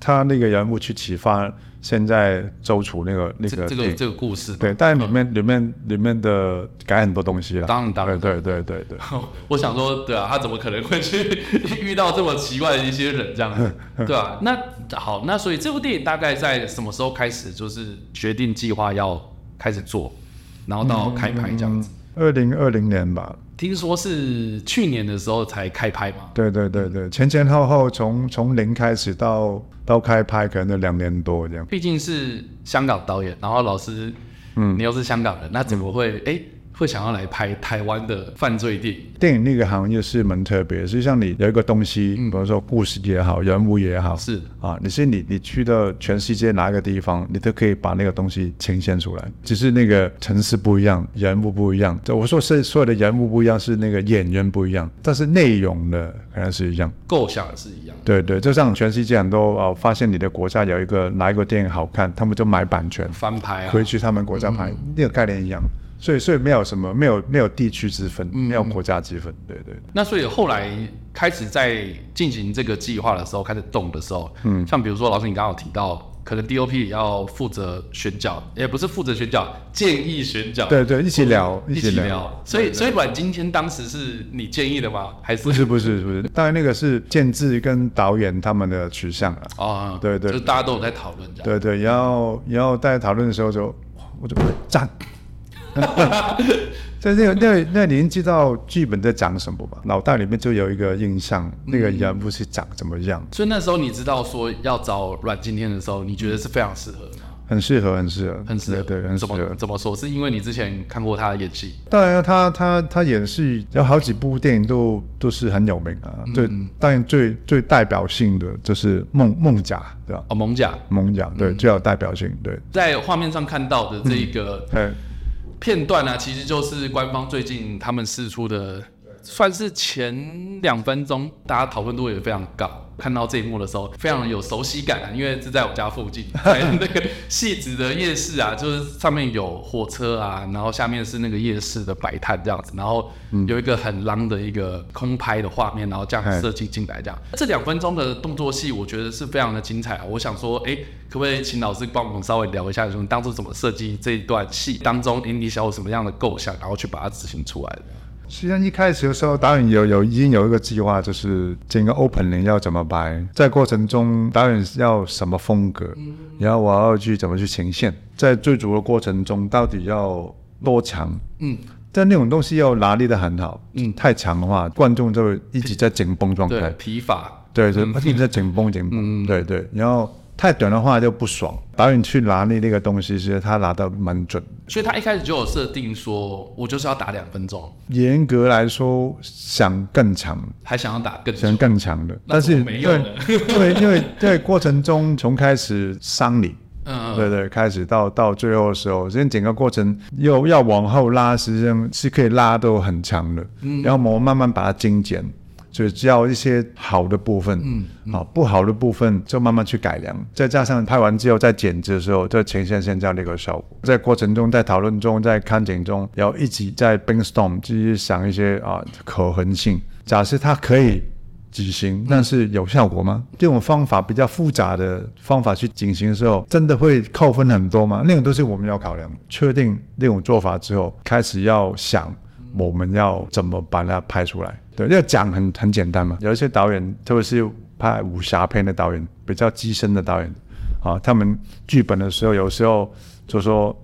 [SPEAKER 2] 他那个人物去启发现在周楚那个那
[SPEAKER 1] 这
[SPEAKER 2] 个
[SPEAKER 1] 这
[SPEAKER 2] 电
[SPEAKER 1] 个
[SPEAKER 2] 影
[SPEAKER 1] 这个故事。
[SPEAKER 2] 对，但里面里面里面的改很多东西了。
[SPEAKER 1] 当然当然
[SPEAKER 2] 对对对对
[SPEAKER 1] 我想说，对啊，他怎么可能会去 遇到这么奇怪的一些人这样子，对啊，那好，那所以这部电影大概在什么时候开始，就是决定计划要开始做，然后到开拍这样子？
[SPEAKER 2] 二零二零年吧，
[SPEAKER 1] 听说是去年的时候才开拍嘛？
[SPEAKER 2] 对对对对，前前后后从从零开始到到开拍，可能就两年多这样。
[SPEAKER 1] 毕竟是香港导演，然后老师，嗯，你又是香港人，那怎么会哎、诶会想要来拍台湾的犯罪电影？
[SPEAKER 2] 电影那个行业是蛮特别，实际上你有一个东西，比如说故事也好，人物也好，
[SPEAKER 1] 是
[SPEAKER 2] 啊，你是你你去到全世界哪一个地方，你都可以把那个东西呈现出来，只是那个城市不一样，人物不一样。就我说是所有的人物不一样，是那个演员不一样，但是内容呢可能是一样。
[SPEAKER 1] 构想是一样的，
[SPEAKER 2] 对对，就像全世界很多呃，发现你的国家有一个哪一个电影好看，他们就买版权
[SPEAKER 1] 翻拍啊，
[SPEAKER 2] 回去他们国家拍，那个概念一样。所以所以没有什么没有没有地区之分，没有国家之分。对对。
[SPEAKER 1] 那所以后来开始在进行这个计划的时候，开始动的时候，嗯，像比如说老师你刚刚有提到，可能 DOP 也要负责选角，也不是负责选角，建议选角，哦
[SPEAKER 2] 对对，一起聊，
[SPEAKER 1] 一
[SPEAKER 2] 起
[SPEAKER 1] 起。聊。所以所以阮经天当时是你建议的吗？还是
[SPEAKER 2] 不是不是不是，当然那个是建制跟导演他们的取向啊。
[SPEAKER 1] 啊？
[SPEAKER 2] 对对
[SPEAKER 1] 就是大家都有在讨论这样。
[SPEAKER 2] 对对，然后然后在讨论的时候就，哇我就赞。 在那个那那您知道剧本在讲什么吧？脑袋里面就有一个印象，
[SPEAKER 1] 嗯
[SPEAKER 2] 那个人物是长怎么样，
[SPEAKER 1] 所以那时候你知道说要找阮经天的时候，你觉得是非常适合的吗？
[SPEAKER 2] 很适合，很适合，
[SPEAKER 1] 很适合，
[SPEAKER 2] 嗯对，对很适
[SPEAKER 1] 怎么
[SPEAKER 2] 合。
[SPEAKER 1] 怎么说？是因为你之前看过他的演戏，
[SPEAKER 2] 当然他，他他演戏有好几部电影都都是很有名啊。
[SPEAKER 1] 嗯
[SPEAKER 2] 最当然最最代表性的就是《梦梦甲》，对吧？
[SPEAKER 1] 哦，蒙甲
[SPEAKER 2] 蒙甲
[SPEAKER 1] 嗯
[SPEAKER 2] 对最有代表性，对，
[SPEAKER 1] 在画面上看到的这一个
[SPEAKER 2] 哎，
[SPEAKER 1] 片段呢、其实就是官方最近他们试出的，算是前两分钟，大家讨论度也非常高。看到这一幕的时候，非常有熟悉感、啊，因为是在我家附近，在那个戏子的夜市啊，就是上面有火车啊，然后下面是那个夜市的摆摊这样子，然后有一个很浪的一个空拍的画面，然后这样
[SPEAKER 2] 哎
[SPEAKER 1] 设计进来这样。这两分钟的动作戏，我觉得是非常的精彩、啊。我想说，哎、可不可以请老师帮我们稍微聊一下，就是你当初怎么设计这一段戏当中，诶你想有什么样的构想，然后去把它执行出来的？
[SPEAKER 2] 实际上一开始的时候，导演有有已经有一个计划，就是整个 opening 要怎么拍，在过程中导演要什么风格，然后我要去怎么去呈现，在追逐的过程中到底要多长，
[SPEAKER 1] 嗯，
[SPEAKER 2] 但那种东西要拿捏的很好，嗯，太长的话，观众就一直在紧绷状
[SPEAKER 1] 嗯对
[SPEAKER 2] 态，，
[SPEAKER 1] 疲乏，
[SPEAKER 2] 对对，一直在紧绷紧绷，对对，然后太短的话就不爽，导演去拿捏那个东西，其实他拿的蛮准，
[SPEAKER 1] 所以他一开始就有设定说，我就是要打两分钟，
[SPEAKER 2] 严格来说想更长，
[SPEAKER 1] 还想要打更久
[SPEAKER 2] 想。更长的，但
[SPEAKER 1] 那怎
[SPEAKER 2] 是
[SPEAKER 1] 么没有呢
[SPEAKER 2] 对对，因为在过程中从开始伤你，
[SPEAKER 1] 嗯，
[SPEAKER 2] 对对，开始到到最后的时候，这整个过程又要往后拉，实际上是可以拉到很长的。嗯，然后我们慢慢把它精简，所以只要一些好的部分，嗯，好不好的部分就慢慢去改良，再加上拍完之后再剪辑的时候，就呈现现在那个效果。在过程中，在讨论中，在看景中，然后一起在 brainstorm，就是想一些啊可行性。假设它可以执行，但是有效果吗？这种方法比较复杂的方法去进行的时候，真的会扣分很多吗？那种都是我们要考量。确定那种做法之后，开始要想我们要怎么把它拍出来。对，要讲很很简单嘛。有一些导演，特别是拍武侠片的导演，比较资深的导演，啊，他们剧本的时候，有时候就说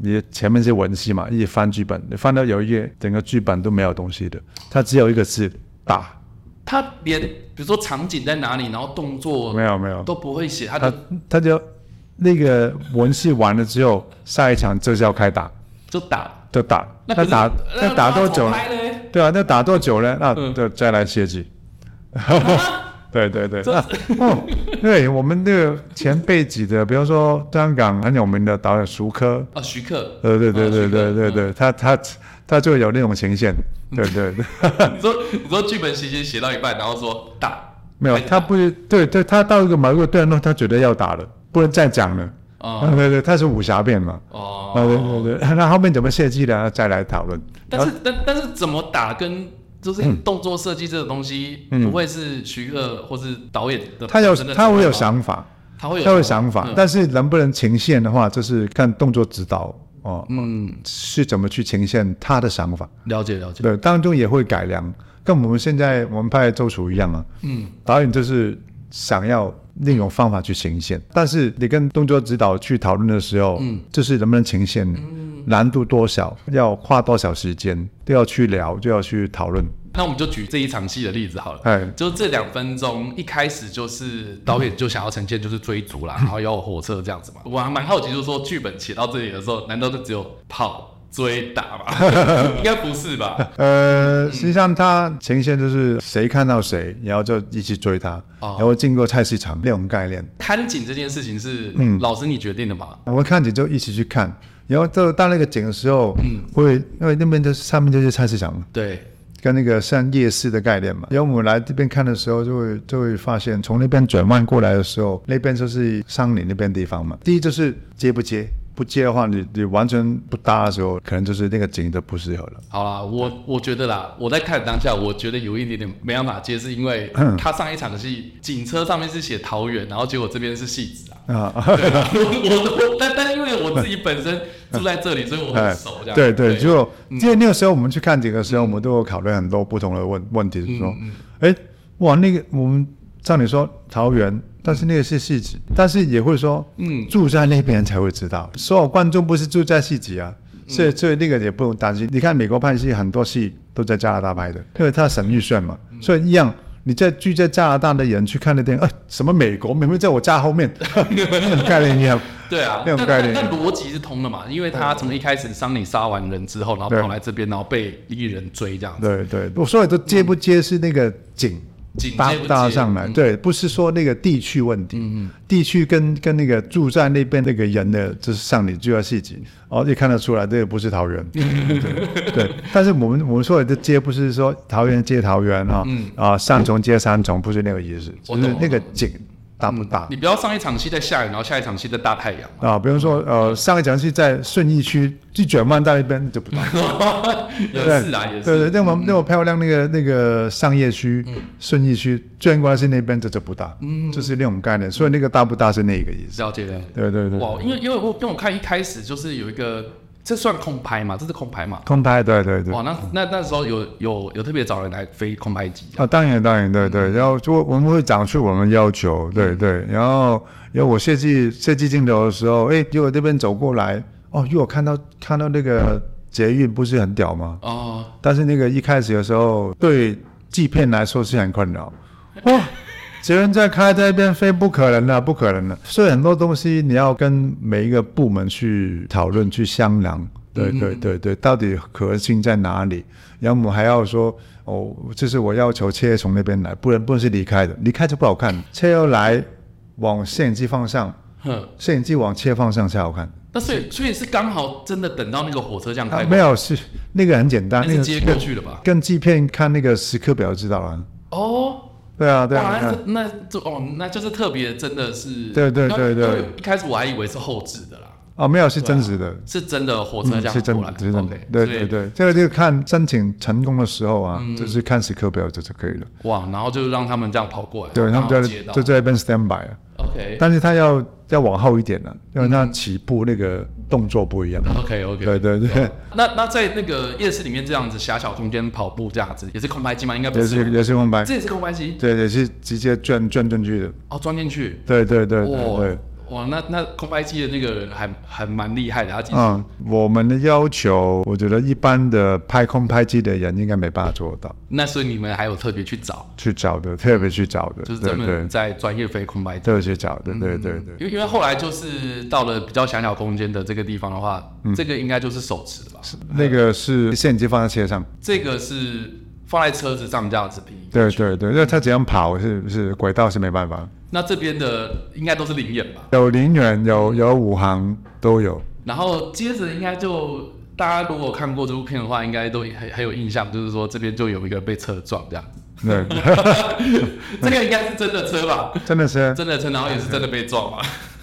[SPEAKER 2] 你前面是文戏嘛，一翻剧本，你翻到有一页，整个剧本都没有东西的，它只有一个字打，
[SPEAKER 1] 他连比如说场景在哪里，然后动作
[SPEAKER 2] 没有没有，
[SPEAKER 1] 都不会写，他
[SPEAKER 2] 他
[SPEAKER 1] 就
[SPEAKER 2] 他就那个文戏完了之后，下一场就是要开打，
[SPEAKER 1] 就打。
[SPEAKER 2] 就打，
[SPEAKER 1] 那可是呃
[SPEAKER 2] 打那打多久
[SPEAKER 1] 重
[SPEAKER 2] 呢？
[SPEAKER 1] 拍嘞？
[SPEAKER 2] 对啊，那打多久呢？那
[SPEAKER 1] 嗯
[SPEAKER 2] 就再来歇机。 对对对，
[SPEAKER 1] 这
[SPEAKER 2] 那哦，对我们那个前辈级的，比方说香港很有名的导演徐科，
[SPEAKER 1] 啊，徐克，
[SPEAKER 2] 呃，对对
[SPEAKER 1] 啊
[SPEAKER 2] 对
[SPEAKER 1] 徐克
[SPEAKER 2] 对对对，他他他就有那种情线，对 对对，
[SPEAKER 1] 嗯你说你说剧本写写写到一半，然后说打，
[SPEAKER 2] 没有，
[SPEAKER 1] 开始
[SPEAKER 2] 他不是对对，他到一个某个段落，他觉得要打了，不能再讲了。
[SPEAKER 1] 哦
[SPEAKER 2] 啊，对对，他是武侠片嘛，
[SPEAKER 1] 哦，
[SPEAKER 2] 啊，对对对， 那后面怎么设计的，再来讨论。
[SPEAKER 1] 但是但但是怎么打跟就是
[SPEAKER 2] 嗯
[SPEAKER 1] 动作设计这个东西，不会是徐克或是导演的
[SPEAKER 2] 他有
[SPEAKER 1] 本身的
[SPEAKER 2] 他会有
[SPEAKER 1] 想法，
[SPEAKER 2] 想法，
[SPEAKER 1] 他会有
[SPEAKER 2] 他会想法，
[SPEAKER 1] 嗯
[SPEAKER 2] 但是能不能呈现的话，就是看动作指导哦，
[SPEAKER 1] 嗯，
[SPEAKER 2] 是怎么去呈现他的想法。
[SPEAKER 1] 了解了解，
[SPEAKER 2] 对，当中也会改良，跟我们现在我们拍《周楚》一样啊。
[SPEAKER 1] 嗯，
[SPEAKER 2] 导演就是想要另一种方法去呈现，但是你跟动作指导去讨论的时候，嗯，就是能不能呈现，
[SPEAKER 1] 嗯
[SPEAKER 2] 难度多少，要花多少时间，都要去聊，就要去讨论。
[SPEAKER 1] 那我们就举这一场戏的例子好了。
[SPEAKER 2] 哎，
[SPEAKER 1] 就这两分钟，一开始就是导演就想要呈现就是追逐
[SPEAKER 2] 嗯
[SPEAKER 1] 啦，然后要有火车这样 子嘛。我还蛮好奇，就是说剧本写到这里的时候，难道就只有跑追打吗？ 应该不是吧？
[SPEAKER 2] 呃，实际上它呈现就是谁看到谁，然后就一起追他，
[SPEAKER 1] 哦
[SPEAKER 2] 然后经过菜市场那种概念。
[SPEAKER 1] 看景这件事情是
[SPEAKER 2] 嗯
[SPEAKER 1] 老师你决定的嘛？
[SPEAKER 2] 我们看景就一起去看，然后到到那个景的时候，嗯，会因为那边就是上面就是菜市场嘛，
[SPEAKER 1] 对，
[SPEAKER 2] 跟那个像夜市的概念嘛。然后我们来这边看的时候，就会就会发现，从那边转弯过来的时候，那边就是桑林那边地方嘛。第一就是接不接，不接的话，你你完全不搭的时候，可能就是那个景就不适合了。
[SPEAKER 1] 好啦，
[SPEAKER 2] 嗯
[SPEAKER 1] 我我觉得啦，我在看当下，我觉得有一点点没办法接，是因为
[SPEAKER 2] 嗯
[SPEAKER 1] 他上一场戏，警车上面是写桃园，然后结果这边是戏子啊。
[SPEAKER 2] 啊，
[SPEAKER 1] 对啊， 我我我但但因为我自己本身住在这里，所以我很熟这样。嗯
[SPEAKER 2] 哎对对，就因为那个时候我们去看景的时候，我们都有考虑很多不同的问问题，就是
[SPEAKER 1] 嗯
[SPEAKER 2] 说，哎，哇，那个我们照你说桃园，但是那个是戏子，但是也会说，嗯，住在那边才会知道，所有观众不是住在戏子啊。
[SPEAKER 1] 嗯
[SPEAKER 2] 所以，所以那个也不用担心。你看美国拍戏，很多戏都在加拿大拍的，因为它省预算嘛。
[SPEAKER 1] 嗯
[SPEAKER 2] 所以一样，你在住在加拿大的人去看那电影，哎，什么美国，明明在我家后面， 那种概念一样。
[SPEAKER 1] 对啊，
[SPEAKER 2] 那种
[SPEAKER 1] 但
[SPEAKER 2] 概念
[SPEAKER 1] 但但逻辑是通的嘛，因为他从一开始桑尼杀完人之后，然后
[SPEAKER 2] 对
[SPEAKER 1] 跑来这边，然后被一人追这样子。
[SPEAKER 2] 对对，我说的都接不接是那个景
[SPEAKER 1] 景
[SPEAKER 2] 搭
[SPEAKER 1] 接嗯不
[SPEAKER 2] 搭
[SPEAKER 1] 接
[SPEAKER 2] 上来，对，不是说那个地区问题，地区跟跟那个住在那边那个人的就是上你就要细节，哦，也看得出来这个不是 桃园，对对，但是我们我们说的这接不是说桃园接桃园啊，啊三重接三重，不是那个意思，
[SPEAKER 1] 嗯我
[SPEAKER 2] 就
[SPEAKER 1] 懂
[SPEAKER 2] 是那个
[SPEAKER 1] 我懂
[SPEAKER 2] 景搭不搭。
[SPEAKER 1] 你不要上一场戏在下雨，然后下一场戏在大太阳嘛。
[SPEAKER 2] 啊，比如说，呃，上一讲是在顺义区，一卷弯到那边就不搭。
[SPEAKER 1] 也是啊，
[SPEAKER 2] 对
[SPEAKER 1] 嗯也
[SPEAKER 2] 对对，
[SPEAKER 1] 是。
[SPEAKER 2] 那么那么漂亮那个那个商业区、顺义区、眷关系那边这就不大，
[SPEAKER 1] 嗯
[SPEAKER 2] 就是那种概念，所以那个大不大是那个意思。
[SPEAKER 1] 了解了解。
[SPEAKER 2] 对对对，
[SPEAKER 1] 哇，因为因为我因为我看一开始就是有一个，这算空拍嘛，这是空拍嘛。
[SPEAKER 2] 空拍，对对对。
[SPEAKER 1] 哇，那那那时候有有有特别找人来飞空拍机，
[SPEAKER 2] 啊，当然当然，对
[SPEAKER 1] 嗯
[SPEAKER 2] 对，然后就我们会讲出我们要求，对对，然后然后我设计设计镜头的时候，哎，结果这边走过来，哦，因为我看到看到那个捷运不是很屌吗？
[SPEAKER 1] 哦，
[SPEAKER 2] 但是那个一开始的时候，对制片来说是很困扰。哇，杰伦在开在那边飞，不可能的，啊不可能的。所以很多东西你要跟每一个部门去讨论、去商量。对
[SPEAKER 1] 嗯
[SPEAKER 2] 对对对，到底可行性在哪里？然后我们还要说，哦，这是我要求车从那边来，不然不能是离开的，离开就不好看。车要来往摄影机方向，
[SPEAKER 1] 哼，
[SPEAKER 2] 摄影机往切方向下我看，
[SPEAKER 1] 那所以所以是刚好真的等到那个火车这样开
[SPEAKER 2] 啊
[SPEAKER 1] 过来、
[SPEAKER 2] 没有是那个很简单，
[SPEAKER 1] 那
[SPEAKER 2] 那
[SPEAKER 1] 是接
[SPEAKER 2] 个
[SPEAKER 1] 过去的吧？
[SPEAKER 2] 跟纪片看那个时刻表就知道了。
[SPEAKER 1] 哦，
[SPEAKER 2] 对啊，对
[SPEAKER 1] 哇
[SPEAKER 2] 啊，你看
[SPEAKER 1] 那那这哦，那就是特别，真的是，
[SPEAKER 2] 对对
[SPEAKER 1] 那
[SPEAKER 2] 对对
[SPEAKER 1] 那我一开始我还以为是后置的啦，
[SPEAKER 2] 啊，没有是真实的，
[SPEAKER 1] 是真的火车这样
[SPEAKER 2] 嗯是真
[SPEAKER 1] 过
[SPEAKER 2] 的
[SPEAKER 1] 来，，
[SPEAKER 2] 是真的
[SPEAKER 1] OK，，
[SPEAKER 2] 对
[SPEAKER 1] 所以嗯
[SPEAKER 2] 对对，这个就是看申请成功的时候啊，就是看时刻表就就可以了。
[SPEAKER 1] 哇，然后就让他们这样跑过来，
[SPEAKER 2] 对，他
[SPEAKER 1] 然后
[SPEAKER 2] 们就
[SPEAKER 1] 接
[SPEAKER 2] 在
[SPEAKER 1] 到
[SPEAKER 2] 就在那边 stand by 啊，
[SPEAKER 1] ，OK
[SPEAKER 2] 但是他要要往后一点了，啊
[SPEAKER 1] 嗯
[SPEAKER 2] 因为他起步那个动作不一样。啊
[SPEAKER 1] OK OK，
[SPEAKER 2] 对对对，
[SPEAKER 1] 那那在那个夜市里面这样子狭小空间跑步这样子，也是空拍机吗？应该不
[SPEAKER 2] 也是
[SPEAKER 1] 是，
[SPEAKER 2] 也是空白，
[SPEAKER 1] 这也是空拍机
[SPEAKER 2] 对，也是直接转转进去的。
[SPEAKER 1] 哦，装进去，
[SPEAKER 2] 对对对对
[SPEAKER 1] 哇
[SPEAKER 2] 对，
[SPEAKER 1] 哇，那那空拍机的那个人还还蛮厉害的，他其实
[SPEAKER 2] 嗯，我们的要求，我觉得一般的拍空拍机的人应该没办法做到，
[SPEAKER 1] 那所以你们还有特别去找，
[SPEAKER 2] 去找的，特别去找的，
[SPEAKER 1] 嗯就是
[SPEAKER 2] 对
[SPEAKER 1] 专门
[SPEAKER 2] 对，
[SPEAKER 1] 在专业飞空拍机。
[SPEAKER 2] 特别去找的，对对对。
[SPEAKER 1] 因为因为后来就是到了比较狭小空间的这个地方的话，
[SPEAKER 2] 嗯
[SPEAKER 1] 这个应该就是手持吧？
[SPEAKER 2] 那个是摄影机放在车上，
[SPEAKER 1] 这个是放在车子上这样子拼。
[SPEAKER 2] 对对对，因为它怎样跑是是轨道是没办法，
[SPEAKER 1] 那这边的应该都是灵眼吧？
[SPEAKER 2] 有零元有有五行都有，
[SPEAKER 1] 然后接着应该就大家如果看过这部片的话，应该都很很有印象，就是说这边就有一个被车撞这样，
[SPEAKER 2] 对，
[SPEAKER 1] 这个应该是真的车吧？
[SPEAKER 2] 真的是
[SPEAKER 1] 真的车，然后也是真的被撞嘛？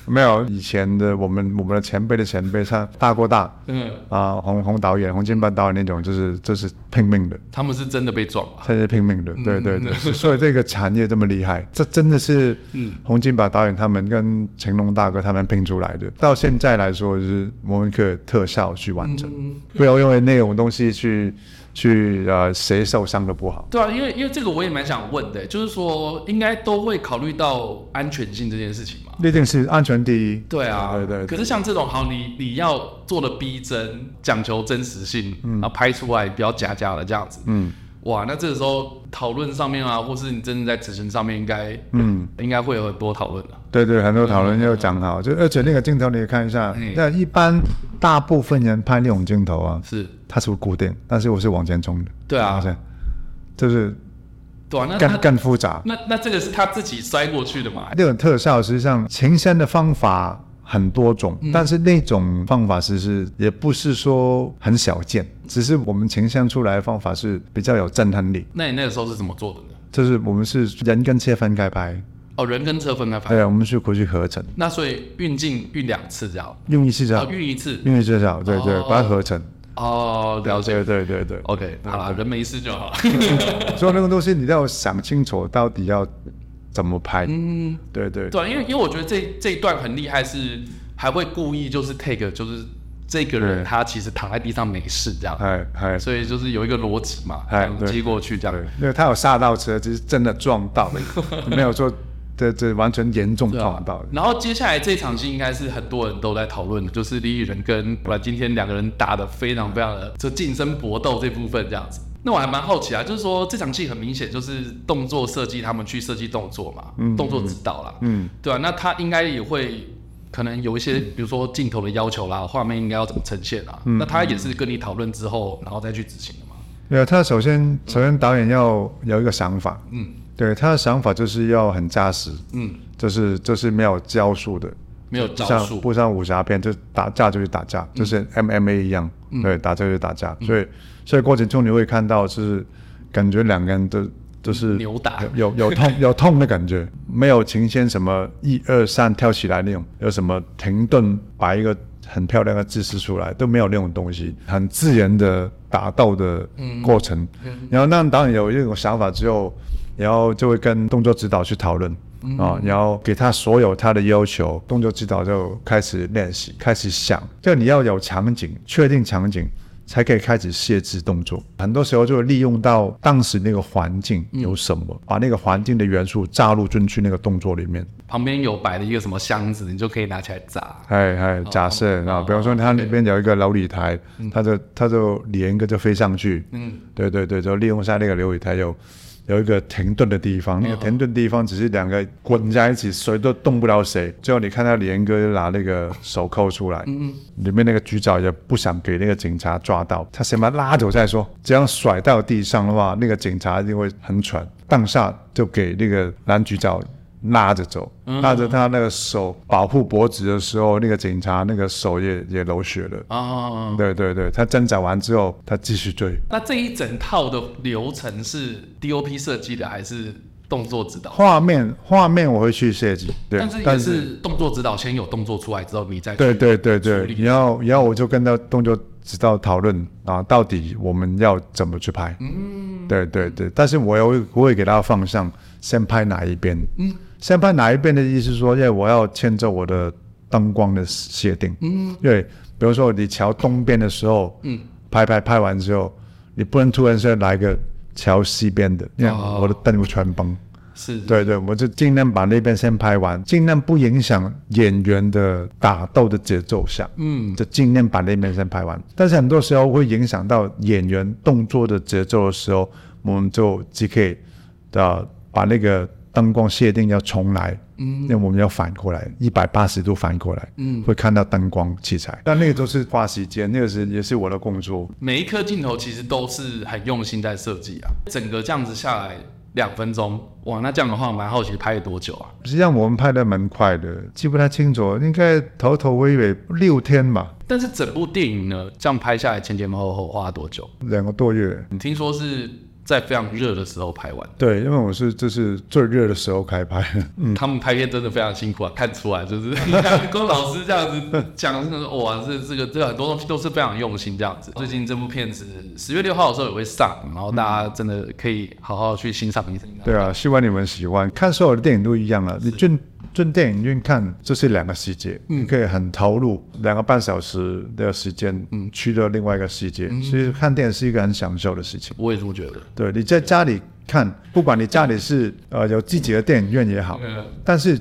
[SPEAKER 2] 没有以前的我们我们的前辈的前辈，像大哥大
[SPEAKER 1] 嗯，
[SPEAKER 2] 啊、洪洪导演、洪金宝导演那种，就是就是拼命的，
[SPEAKER 1] 他们是真的被撞吧？
[SPEAKER 2] 他是拼命的，
[SPEAKER 1] 嗯
[SPEAKER 2] 对对对，所以这个产业这么厉害，这真的是
[SPEAKER 1] 嗯
[SPEAKER 2] 洪金宝导演他们跟成龙大哥他们拼出来的。到现在来说，就是我们可以特效去完
[SPEAKER 1] 嗯
[SPEAKER 2] 成，不要因为那种东西去去呃谁受伤都不好。
[SPEAKER 1] 对啊，因为因为这个我也蛮想问的，就是说应该都会考虑到安全性这件事情嘛？
[SPEAKER 2] 一定是安全第一。
[SPEAKER 1] 对啊，
[SPEAKER 2] 对对对
[SPEAKER 1] 可是像这种好，你你要做的逼真，讲求真实性，
[SPEAKER 2] 嗯
[SPEAKER 1] 然后拍出来比较假假的这样子，嗯，哇，那这个时候讨论上面啊，或是你真的在执行上面，应该嗯，应该会有很多讨论的。啊
[SPEAKER 2] 对对，很多讨论又讲好，就而且那个镜头你也看一下
[SPEAKER 1] 嗯，
[SPEAKER 2] 那一般大部分人拍那种镜头啊，
[SPEAKER 1] 是，
[SPEAKER 2] 它是固定，但是我是往前冲的。
[SPEAKER 1] 对啊
[SPEAKER 2] 往前，就是
[SPEAKER 1] 对啊，那
[SPEAKER 2] 更
[SPEAKER 1] 他
[SPEAKER 2] 更复杂。
[SPEAKER 1] 那那这个是他自己摔过去的嘛？
[SPEAKER 2] 那种特效实际上情深的方法很多种，
[SPEAKER 1] 嗯
[SPEAKER 2] 但是那种方法其实也不是说很少见，只是我们情深出来的方法是比较有震撼力。
[SPEAKER 1] 那你那个时候是怎么做的呢？
[SPEAKER 2] 就是我们是人跟切分开拍，
[SPEAKER 1] 哦，人跟车分开拍，
[SPEAKER 2] 对，我们是回去合成，
[SPEAKER 1] 那所以运镜运两次这样，
[SPEAKER 2] 用一次
[SPEAKER 1] 哦
[SPEAKER 2] 照，，
[SPEAKER 1] 运一次，
[SPEAKER 2] 用一次照，对对
[SPEAKER 1] 哦，
[SPEAKER 2] 把它合成，
[SPEAKER 1] 哦，了解哦
[SPEAKER 2] 对对对对。
[SPEAKER 1] ，OK，好啦，人没事就好。
[SPEAKER 2] 所以那个东西你要想清楚到底要怎么拍，
[SPEAKER 1] 嗯，
[SPEAKER 2] 对对
[SPEAKER 1] 对啊，因为因为我觉得这这一段很厉害，是还会故意就是 take 就是这个人
[SPEAKER 2] 对
[SPEAKER 1] 他其实躺在地上没事这样，
[SPEAKER 2] 哎哎
[SPEAKER 1] 所以就是有一个逻辑嘛，这
[SPEAKER 2] 哎
[SPEAKER 1] 样
[SPEAKER 2] 对
[SPEAKER 1] 接过去这样啊
[SPEAKER 2] 对。，因为他有刹到车，只是真的撞到了， 没有说这这完全严重
[SPEAKER 1] 对啊
[SPEAKER 2] 撞到的。
[SPEAKER 1] 然后接下来这场戏应该是很多人都在讨论的，就是李雨仁跟布兰今天两个人打的非常非常的就近身搏斗这部分这样子。那我还蛮好奇啊，就是说这场戏很明显就是动作设计，他们去设计动作嘛，动作指导啦，
[SPEAKER 2] 嗯，
[SPEAKER 1] 对啊，那他应该也会可能有一些，比如说镜头的要求啦，画面应该要怎么呈现
[SPEAKER 2] 嗯
[SPEAKER 1] 啊？那他也是跟你讨论之后，然后再去执行的嘛。
[SPEAKER 2] 对，啊他首先首先导演要有一个想法，
[SPEAKER 1] 嗯
[SPEAKER 2] 对他的想法就是要很扎实，
[SPEAKER 1] 嗯，
[SPEAKER 2] 就是就是没有招数的，
[SPEAKER 1] 没有
[SPEAKER 2] 不
[SPEAKER 1] 招
[SPEAKER 2] 像
[SPEAKER 1] 数，嗯
[SPEAKER 2] 不像武侠片，就打架就是打架，就是 MMA 一样，对，打架就是打架，所以所以过程中你会看到就是感觉两个人都就是
[SPEAKER 1] 扭打
[SPEAKER 2] 有有有痛有痛的感觉，没有呈现什么一二三跳起来那种，有什么停顿把一个很漂亮的姿势出来都没有那种东西，很自然的打斗的
[SPEAKER 1] 嗯
[SPEAKER 2] 过程。然后那导演有这种想法之后，然后就会跟动作指导去讨论。
[SPEAKER 1] 嗯
[SPEAKER 2] 啊、然后给他所有他的要求，动作指导就开始练习，开始想，就你要有场景，确定场景，才可以开始设置动作。很多时候就利用到当时那个环境有什么，把那个环境的元素炸入进去那个动作里面。
[SPEAKER 1] 旁边有摆了一个什么箱子，你就可以拿起来砸。
[SPEAKER 2] 哎哎，假设啊，比方说它里面有一个琉璃台，它就它就连一个就飞上去。嗯，对对对，就利用一下那个琉璃台有有一个停顿的地方，那个停顿地方只是两个滚在一起，谁都动不了谁。最后你看到连哥拿那个手铐出来，嗯，里面那个局长也不想给那个警察抓到，他先把他拉走再说。这样甩到地上的话，那个警察一定会很喘，当下就给那个男局长拉着走，
[SPEAKER 1] 嗯
[SPEAKER 2] 拉着他那个手保护脖子的时候，那个警察那个手也也流血了。
[SPEAKER 1] 啊。
[SPEAKER 2] 对对对，他挣扎完之后，他继续追。
[SPEAKER 1] 那这一整套的流程是 DOP 设计的，还是动作指导？
[SPEAKER 2] 画面画面我会去设计，对，
[SPEAKER 1] 但是也是动作指导，先有动作出来之后，你再去
[SPEAKER 2] 对对对对
[SPEAKER 1] 处，理
[SPEAKER 2] 然后然后我就跟他动作指导讨论啊，到底我们要怎么去拍？嗯，对对对，但是我也会我会给他方向，先拍哪一边？嗯，先拍哪一边的意思是说，因哎为我要牵着我的灯光的协定。嗯，对，比如说你朝东边的时候，嗯，拍拍拍完之后，你不能突然间来个朝西边的，因为
[SPEAKER 1] 哦
[SPEAKER 2] 我的灯会全崩。
[SPEAKER 1] 是
[SPEAKER 2] 对对，我就尽量把那边先拍完，尽量不影响演员的打斗的节奏下，嗯，就尽量把那边先拍完。但是很多时候会影响到演员动作的节奏的时候，我们就即可以呃把那个灯光设定要重来，嗯，那我们要反过来一百八十度反过来，嗯，会看到灯光器材。但那个都是花时间，那个是也是我的工作，
[SPEAKER 1] 每一颗镜头其实都是很用心在设计啊。整个这样子下来两分钟，哇，那这样的话，我蛮好奇拍了多久啊？
[SPEAKER 2] 实际上我们拍的蛮快的，记不太清楚，应该头头尾尾六天吧，
[SPEAKER 1] 但是整部电影呢，这样拍下来前前后后花了多久？
[SPEAKER 2] 两个多月。
[SPEAKER 1] 你听说是在非常热的时候拍完，
[SPEAKER 2] 对，因为我是就是最热的时候开拍，
[SPEAKER 1] 他们拍片真的非常辛苦啊，看出来就是跟老师这样子讲，真的是哇，这这个这很多东西都是非常用心这样子。最近这部片子十月六号的时候也会上，然后大家真的可以好好去欣赏一下。
[SPEAKER 2] 对啊，希望你们喜欢。看所有的电影都一样啊了，你进进电影院看，这是两个世界，你可以很投入两个半小时的时间，嗯，去到另外一个世界。其实看电影是一个很享受的事情。
[SPEAKER 1] 我也这么觉得。
[SPEAKER 2] 对，你在家里看，不管你家里是呃有自己的电影院也好，
[SPEAKER 1] 嗯
[SPEAKER 2] 但是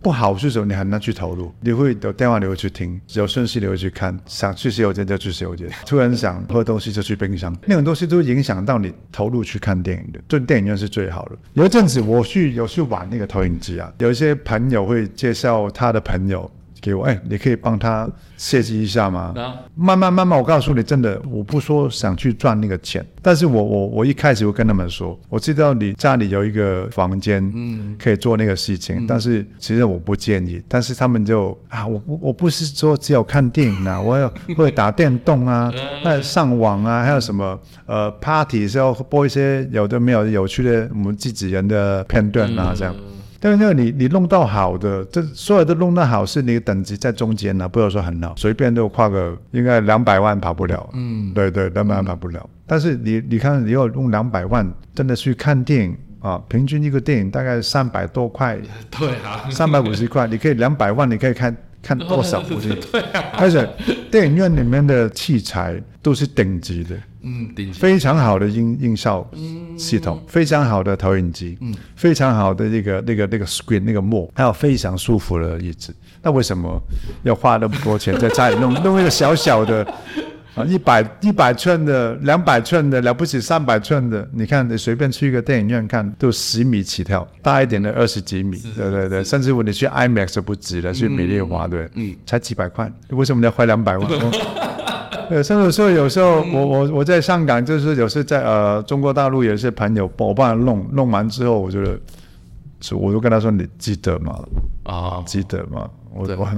[SPEAKER 2] 不好是什么？你很难去投入，你会有电话你会去听，有讯息你会去看，想去洗手间就去洗手间，突然想喝东西就去冰箱，那种东西都会影响到你投入去看电影的。对电影院是最好的。有一阵子我去有去玩那个投影机啊，有一些朋友会介绍他的朋友。给我，哎、你可以帮他设计一下吗？
[SPEAKER 1] 然后
[SPEAKER 2] 慢慢慢慢，我告诉你，真的，我不说想去赚那个钱，但是我我我一开始我跟他们说，我知道你家里有一个房间，嗯，可以做那个事情，但是其实我不建议，但是他们就啊，我不我不是说只有看电影 啊，我要会打电动啊，那上网啊，还有什么呃 party 是要播一些有的没有的有趣的我们自己人的片段啊，这样。但是那个你你弄到好的，这所有的弄到好是你的等级在中间呢、不要说很好，随便都跨个应该两百万跑不了。嗯，对对，两百万跑不了。但是你你看，你要用两百万真的去看电影啊，平均一个电影大概三百多 块，
[SPEAKER 1] 对啊，
[SPEAKER 2] 三百五十块，你可以两百万，你可以看看多少 部电影。对啊，而且电影院里面的器材都是顶级的。
[SPEAKER 1] 嗯，顶级。
[SPEAKER 2] 非常好的音音效系统，非常好的投影机，非常好的那个那个那个 screen 那个幕，还有非常舒服的椅子。那为什么要花那么多钱在家里弄 弄一个小小的啊一百一百寸的、两百寸的，了不起三百寸的？你看你随便去一个电影院看，都十米起跳，大一点的二十几米，对对对，甚至乎你去 IMAX 都不止了，去美丽华对，才几百块，为什么你要花两百万？哦对，甚至说有时候
[SPEAKER 1] 嗯
[SPEAKER 2] 我我我在香港，就是有时在呃中国大陆有一些朋友帮我帮他弄弄完之后，我觉得，是我就跟他说你记得吗？
[SPEAKER 1] 啊，
[SPEAKER 2] 记得吗？我
[SPEAKER 1] 对
[SPEAKER 2] 我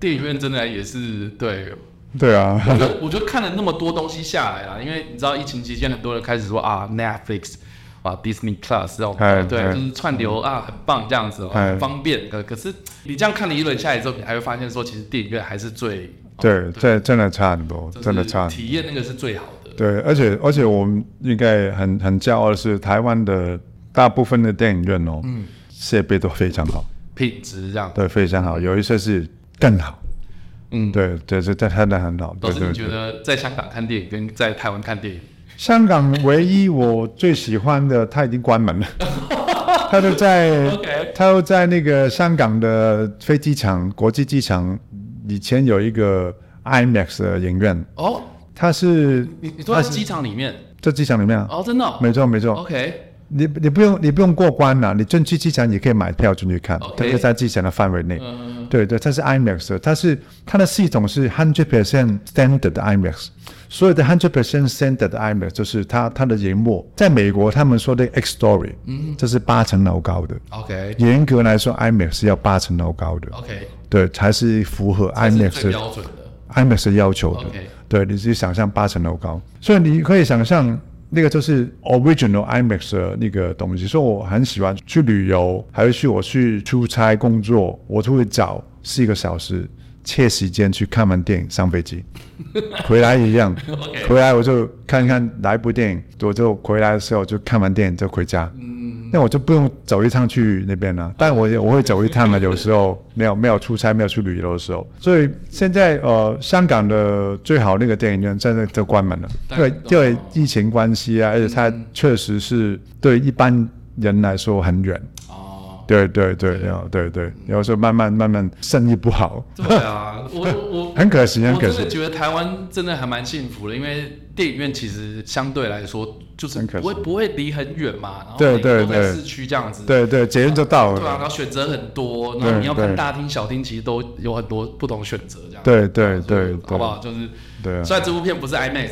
[SPEAKER 1] 电影院真的也是对，
[SPEAKER 2] 对啊，
[SPEAKER 1] 我就我就看了那么多东西下来啊啦，因为你知道疫情期间很多人开始说啊 Netflix 啊 Disney Plus 这种
[SPEAKER 2] 哎，
[SPEAKER 1] 对，
[SPEAKER 2] 哎
[SPEAKER 1] 就是串流啊很棒这样子哦，
[SPEAKER 2] 哎
[SPEAKER 1] 很方便。可可是你这样看了一轮下来之后，你还会发现说，其实电影院还是最哦
[SPEAKER 2] 对，这真的差很多，真的
[SPEAKER 1] 就是
[SPEAKER 2] 差很多。
[SPEAKER 1] 体验那个是最好的。
[SPEAKER 2] 对，而且而且我们应该很很骄傲的是，台湾的大部分的电影院哦，嗯，设备都非常好，
[SPEAKER 1] 品质这样，
[SPEAKER 2] 对，非常好，有一些是更好，
[SPEAKER 1] 嗯，
[SPEAKER 2] 对，对，这这真的很好，
[SPEAKER 1] 老
[SPEAKER 2] 对
[SPEAKER 1] 师
[SPEAKER 2] 对
[SPEAKER 1] 你
[SPEAKER 2] 对
[SPEAKER 1] 觉。得在香港看电影跟在台湾看电影，
[SPEAKER 2] 香港唯一我最喜欢的，他已经 关门了，他都在
[SPEAKER 1] OK
[SPEAKER 2] 他都在那个香港的飞机场国际机场，以前有一个 IMAX 的影院，
[SPEAKER 1] 哦，
[SPEAKER 2] 它是
[SPEAKER 1] 你你说在机场里面，
[SPEAKER 2] 在机场里面啊，
[SPEAKER 1] 哦，真的哦
[SPEAKER 2] 没错没错，
[SPEAKER 1] ，OK，
[SPEAKER 2] 你你不用你不用过关了、你进去之前也可以买票进去看，
[SPEAKER 1] OK
[SPEAKER 2] 特别在之前的范围内。
[SPEAKER 1] 嗯
[SPEAKER 2] 对对，它是 IMAX，的它是它的系统是 hundred percent standard 的 IMAX，所有的 hundred percent standard 的 IMAX 就是它它的荧幕，在美国他们说的 X story，嗯，这是八层楼高的，
[SPEAKER 1] ，OK
[SPEAKER 2] 严格来说 IMAX 是要八层楼高的，
[SPEAKER 1] OK，
[SPEAKER 2] 对，才是符合
[SPEAKER 1] 哦是
[SPEAKER 2] IMAX
[SPEAKER 1] 最
[SPEAKER 2] 的
[SPEAKER 1] 标准的。
[SPEAKER 2] IMAX 的要求的。
[SPEAKER 1] OK
[SPEAKER 2] 对，你自己想象八层楼高，所以你可以想象那个就是 original IMAX 的那个东西。所以我很喜欢去旅游，还有去我去出差工作，我就会找四个小时。切时间去看完电影上 飞机，回来一样
[SPEAKER 1] OK
[SPEAKER 2] 回来我就看看哪一部电影，我就回来的时候就看完电影就回家。那我就不用走一趟去那边了，但我也我会走一趟了。有时候没有没有出差、没有去旅游的时候，所以现在呃，香港的最好那个电影院现在都关门了，
[SPEAKER 1] 但
[SPEAKER 2] 对，因为
[SPEAKER 1] 哦
[SPEAKER 2] 疫情关系啊，而且它
[SPEAKER 1] 嗯
[SPEAKER 2] 确实是对一般人来说很远。
[SPEAKER 1] 哦，
[SPEAKER 2] 对对对，然后对对，有时候慢慢慢慢生意不好，
[SPEAKER 1] 对啊，我我我
[SPEAKER 2] 很可惜，很
[SPEAKER 1] 我
[SPEAKER 2] 可
[SPEAKER 1] 真
[SPEAKER 2] 惜
[SPEAKER 1] 的。觉得台湾真的还蛮幸福的，因为电影院其实相对来说就是
[SPEAKER 2] 很可惜
[SPEAKER 1] 不会不会离很远嘛，然后
[SPEAKER 2] 对
[SPEAKER 1] 每个都
[SPEAKER 2] 对
[SPEAKER 1] 在
[SPEAKER 2] 对
[SPEAKER 1] 市区这样子，
[SPEAKER 2] 对对，捷运就到
[SPEAKER 1] 对啊，然后
[SPEAKER 2] 了。
[SPEAKER 1] 选择很多，然后
[SPEAKER 2] 对
[SPEAKER 1] 你要看
[SPEAKER 2] 对
[SPEAKER 1] 大厅小厅，其实都有很多不同选择这样。啊
[SPEAKER 2] 对对对
[SPEAKER 1] 好不
[SPEAKER 2] 对
[SPEAKER 1] 好？就是
[SPEAKER 2] 对啊！
[SPEAKER 1] 虽然这部片不是 IMAX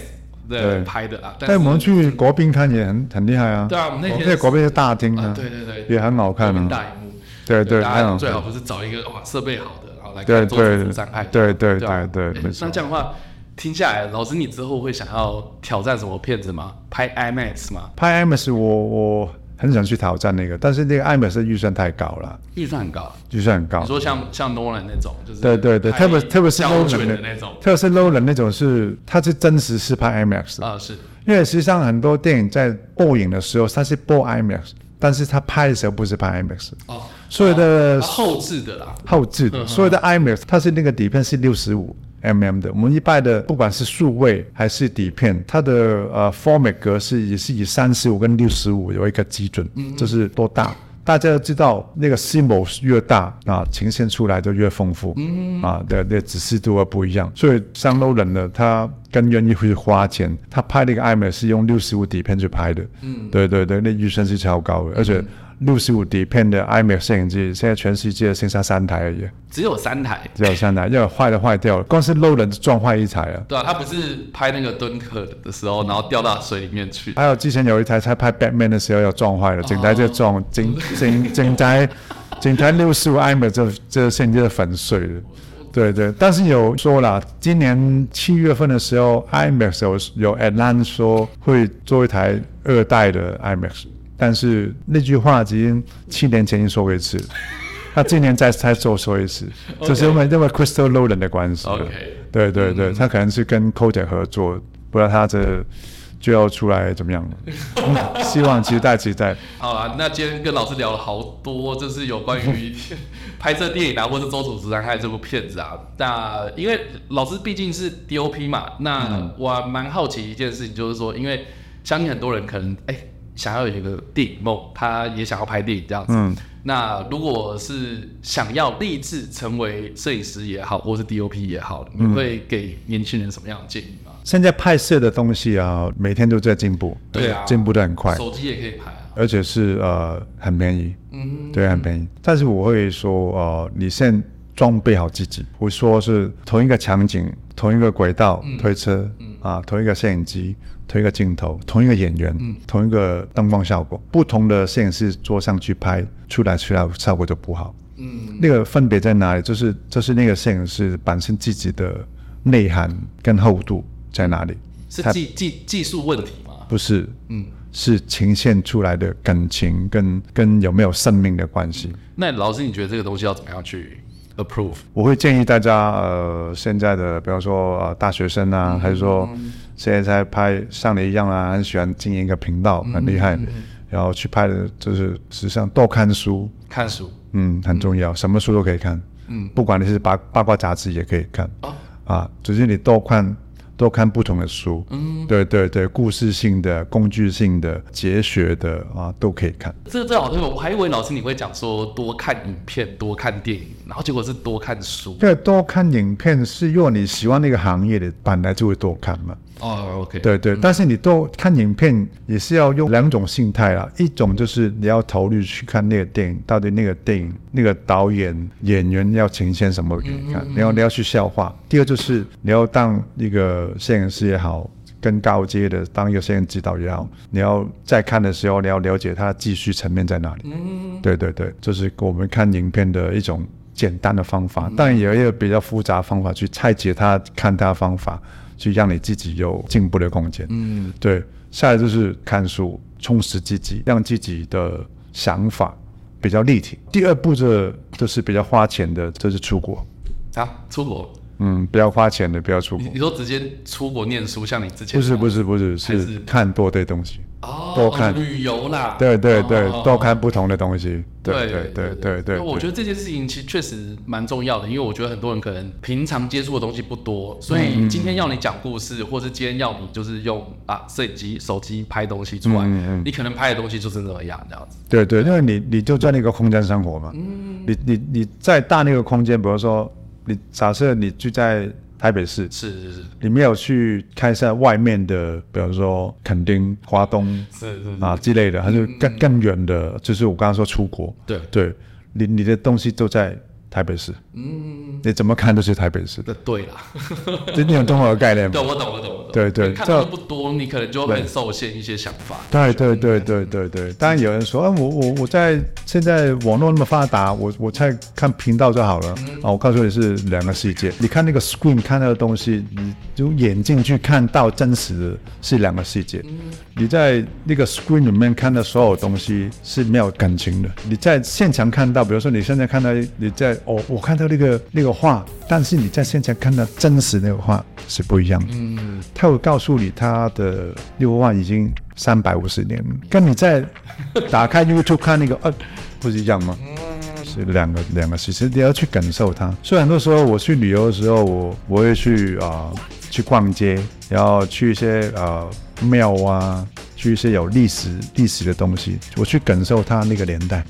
[SPEAKER 1] 的
[SPEAKER 2] 对
[SPEAKER 1] 拍的啊，
[SPEAKER 2] 但
[SPEAKER 1] 是
[SPEAKER 2] 我们去国宾看也很很厉害啊。
[SPEAKER 1] 对啊我们那天
[SPEAKER 2] 在国宾的大厅
[SPEAKER 1] 啊，
[SPEAKER 2] 啊，
[SPEAKER 1] 对对对，
[SPEAKER 2] 也很好看
[SPEAKER 1] 国民
[SPEAKER 2] 啊。
[SPEAKER 1] 大荧幕，
[SPEAKER 2] 对对，
[SPEAKER 1] 大家
[SPEAKER 2] 嗯
[SPEAKER 1] 最好就是找一个哇设备好的，然后来
[SPEAKER 2] 对
[SPEAKER 1] 看做
[SPEAKER 2] 对
[SPEAKER 1] 主障碍，
[SPEAKER 2] 对对
[SPEAKER 1] 吧
[SPEAKER 2] 对对
[SPEAKER 1] 诶
[SPEAKER 2] 没错
[SPEAKER 1] 那这样的话，听下来，老师你之后会想要挑战什么片子吗？拍 IMAX 吗？
[SPEAKER 2] 拍 IMAX 我我很想去挑战那个，但是那个 IMAX 的预算太高了，
[SPEAKER 1] 预算很高，啊
[SPEAKER 2] 预算很高
[SPEAKER 1] 你。说像像 Nolan 那种，就是
[SPEAKER 2] 对对对，
[SPEAKER 1] 拍
[SPEAKER 2] 特别特别是
[SPEAKER 1] 胶
[SPEAKER 2] low
[SPEAKER 1] 卷
[SPEAKER 2] 人
[SPEAKER 1] 的那种
[SPEAKER 2] 特别是 low 人那种是，它是真实是拍 IMAX 的，
[SPEAKER 1] 啊，是
[SPEAKER 2] 因为实际上很多电影在播影的时候它是播 IMAX，但是它拍的时候不是拍 IMAX，
[SPEAKER 1] 哦，
[SPEAKER 2] 所有的
[SPEAKER 1] 啊后置的啦，
[SPEAKER 2] 后置的，所有的 IMAX 它是那个底片是六十五 mm 的，我们一般的不管是数位还是底片，它的呃 format 格式也是以三十五跟六十五有一个基准，就是多大。大家都知道，那个 CMOS 越大啊，呈现出来就越丰富，啊的那指示度啊不一样，所以上楼人呢，他更愿意会花钱。他拍那个 IMAX 是用六十五底片去拍的，嗯，对对对，那预算是超高的，而且六十五底片的 IMAX 摄影机，现在全世界剩下三台而已，
[SPEAKER 1] 只有三台，
[SPEAKER 2] 只有三台，要坏的坏掉了，光是漏人就撞坏一台了。
[SPEAKER 1] 对啊，他不是拍那个敦刻的时候，然后掉到水里面去，
[SPEAKER 2] 还有之前有一台在拍 Batman 的时候要撞坏了，整台就撞，整整整台整台六十五 IMAX 这这现在就粉碎了。对对，但是有说了，今年七月份的时候，IMAX 有有 Atlan 说会做一台二代的 IMAX，但是那句话已经七年前已经说过一次，他今年再再做说一次，就是因为因为 Crystal Nolan 的关系了。
[SPEAKER 1] OK
[SPEAKER 2] 对对
[SPEAKER 1] 嗯
[SPEAKER 2] 对，他可能是跟 Kodak 合作，不知道他这就要出来怎么样了。 嗯希望期待期待。
[SPEAKER 1] 好啦，那今天跟老师聊了好多，就是有关 于拍摄电影啊，或是《周楚之伤害》这部片子啊。那因为老师毕竟是 DOP 嘛，
[SPEAKER 2] 嗯
[SPEAKER 1] 那我还蛮好奇一件事情，就是说，因为相信很多人可能哎、想要有一个电影梦，他也想要拍电影这样子。
[SPEAKER 2] 嗯
[SPEAKER 1] 那如果是想要立志成为摄影师也好，或是 DOP 也好，
[SPEAKER 2] 嗯
[SPEAKER 1] 你会给年轻人什么样的建议吗？
[SPEAKER 2] 现在拍摄的东西啊，每天都在进步，
[SPEAKER 1] 对啊
[SPEAKER 2] 进步的很快，
[SPEAKER 1] 手机也可以拍啊。
[SPEAKER 2] 而且是呃很便宜，
[SPEAKER 1] 嗯，
[SPEAKER 2] 对，很便宜。但是我会说，呃，你先装备好自己。我说是同一个场景、同一个轨道、
[SPEAKER 1] 嗯
[SPEAKER 2] 推车，啊，同一个摄影机、同一个镜头、同一个演员、
[SPEAKER 1] 嗯
[SPEAKER 2] 同一个灯光效果，不同的摄影师坐上去拍出来，出来效果就不好。
[SPEAKER 1] 嗯，
[SPEAKER 2] 那个分别在哪里？就是就是那个摄影师本身自己的内涵跟厚度在哪里？
[SPEAKER 1] 是
[SPEAKER 2] 它
[SPEAKER 1] 技技技术问题吗？
[SPEAKER 2] 不是，
[SPEAKER 1] 嗯。
[SPEAKER 2] 是呈现出来的感情跟跟有没有生命的关系。
[SPEAKER 1] 那老师，你觉得这个东西要怎么样去 approve？
[SPEAKER 2] 我会建议大家，呃，现在的，比方说呃，大学生啊，还是说现在在拍像你一样啊，很喜欢经营一个频道，很厉害，然后去拍的，就是实际上多看书，
[SPEAKER 1] 看书
[SPEAKER 2] 嗯，很重要，什么书都可以看，
[SPEAKER 1] 嗯，
[SPEAKER 2] 不管你是八八卦杂志也可以看，
[SPEAKER 1] 哦
[SPEAKER 2] 啊，只是你多看多看不同的书，嗯，对对对，故事性的、工具性的、哲学的啊，都可以看。
[SPEAKER 1] 这这好特别，我还以为老师你会讲说多看影片、多看电影，然后结果是多看书。
[SPEAKER 2] 这个多看影片是因为你喜欢那个行业的，本来就会多看嘛。
[SPEAKER 1] 哦，OK，
[SPEAKER 2] 对对，但是你都看影片也是要用两种心态啦，一种就是你要投入去看那个电影，到底那个电影那个导演演员要呈现什么给你看，然后你要去消化。第二就是你要当一个摄影师也好。更高阶的当一个摄影指导也好，你要在看的时候，你要了解它的技术层面在哪里。嗯，对对对，这、是我们看影片的一种简单的方
[SPEAKER 1] 嗯
[SPEAKER 2] 法，但也有一个比较复杂的方法去拆解它、看它的方法，去让你自己有进步的空间。嗯，对。下来就是看书，充实自己，让自己的想法比较立体。第二步这就是比较花钱的，这、就是出国。
[SPEAKER 1] 啊，出国，
[SPEAKER 2] 嗯，不要花钱的，不要出国
[SPEAKER 1] 你。你说直接出国念书，像你之前啊
[SPEAKER 2] 不是不是不是，
[SPEAKER 1] 还
[SPEAKER 2] 是
[SPEAKER 1] 是
[SPEAKER 2] 看多对东西。
[SPEAKER 1] 哦，
[SPEAKER 2] 多看
[SPEAKER 1] 旅游啦，
[SPEAKER 2] 对对对
[SPEAKER 1] 哦，
[SPEAKER 2] 多看不同的东西。对
[SPEAKER 1] 对
[SPEAKER 2] 对对对。
[SPEAKER 1] 那我觉
[SPEAKER 2] 得
[SPEAKER 1] 得这件事情其实确实蛮重要的，因为我觉得很多人可能平常接触的东西不多，所
[SPEAKER 2] 嗯
[SPEAKER 1] 以今天要你讲故事，或是今天要你就是用啊摄影机、手机拍东西出来，
[SPEAKER 2] 嗯
[SPEAKER 1] 你可能拍的东西就是那样这样子。
[SPEAKER 2] 对对，因为你你就在那个空间生活嘛，
[SPEAKER 1] 嗯
[SPEAKER 2] 你你你在大那个空间，比如说你假设你住在台北市，
[SPEAKER 1] 是是是
[SPEAKER 2] 你没有去看一下外面的，比如说垦丁、华东
[SPEAKER 1] 是是，嗯
[SPEAKER 2] 啊之类的，还是更更远的，就是我刚刚说出国，
[SPEAKER 1] 对
[SPEAKER 2] 对，你你的东西都在台北市，嗯，你怎么看都是台北市，
[SPEAKER 1] 那对啦，
[SPEAKER 2] 就你有懂我的概念 吗
[SPEAKER 1] 对？我懂我懂我懂。
[SPEAKER 2] 嗯对对
[SPEAKER 1] 你看
[SPEAKER 2] 这
[SPEAKER 1] 的不多，你可能就会受限一些想法。
[SPEAKER 2] 对对对对对对，当然有人说，啊，我我我在现在网络那么发达，我我在看频道就好了啊。我告诉你是两个世界，你看那个 screen 看到的东西，你用眼睛去看到真实的是两个世界。你在那个 screen 里面看的所有东西是没有感情的。你在现场看到，比如说你现在看到你在哦，我看到那个那个画，但是你在现场看到真实那个画是不一样的。
[SPEAKER 1] 嗯，
[SPEAKER 2] 他会告诉你他的六万已经三百五十年了，跟你在打开 YouTube 看那个呃，不是一样吗？是两个两个事情，你要去感受它。所以很多时候我去旅游的时候，我我会去啊、呃去逛街，然后去一些呃庙啊，去一些有历史历史的东西，我去感受它那个年代。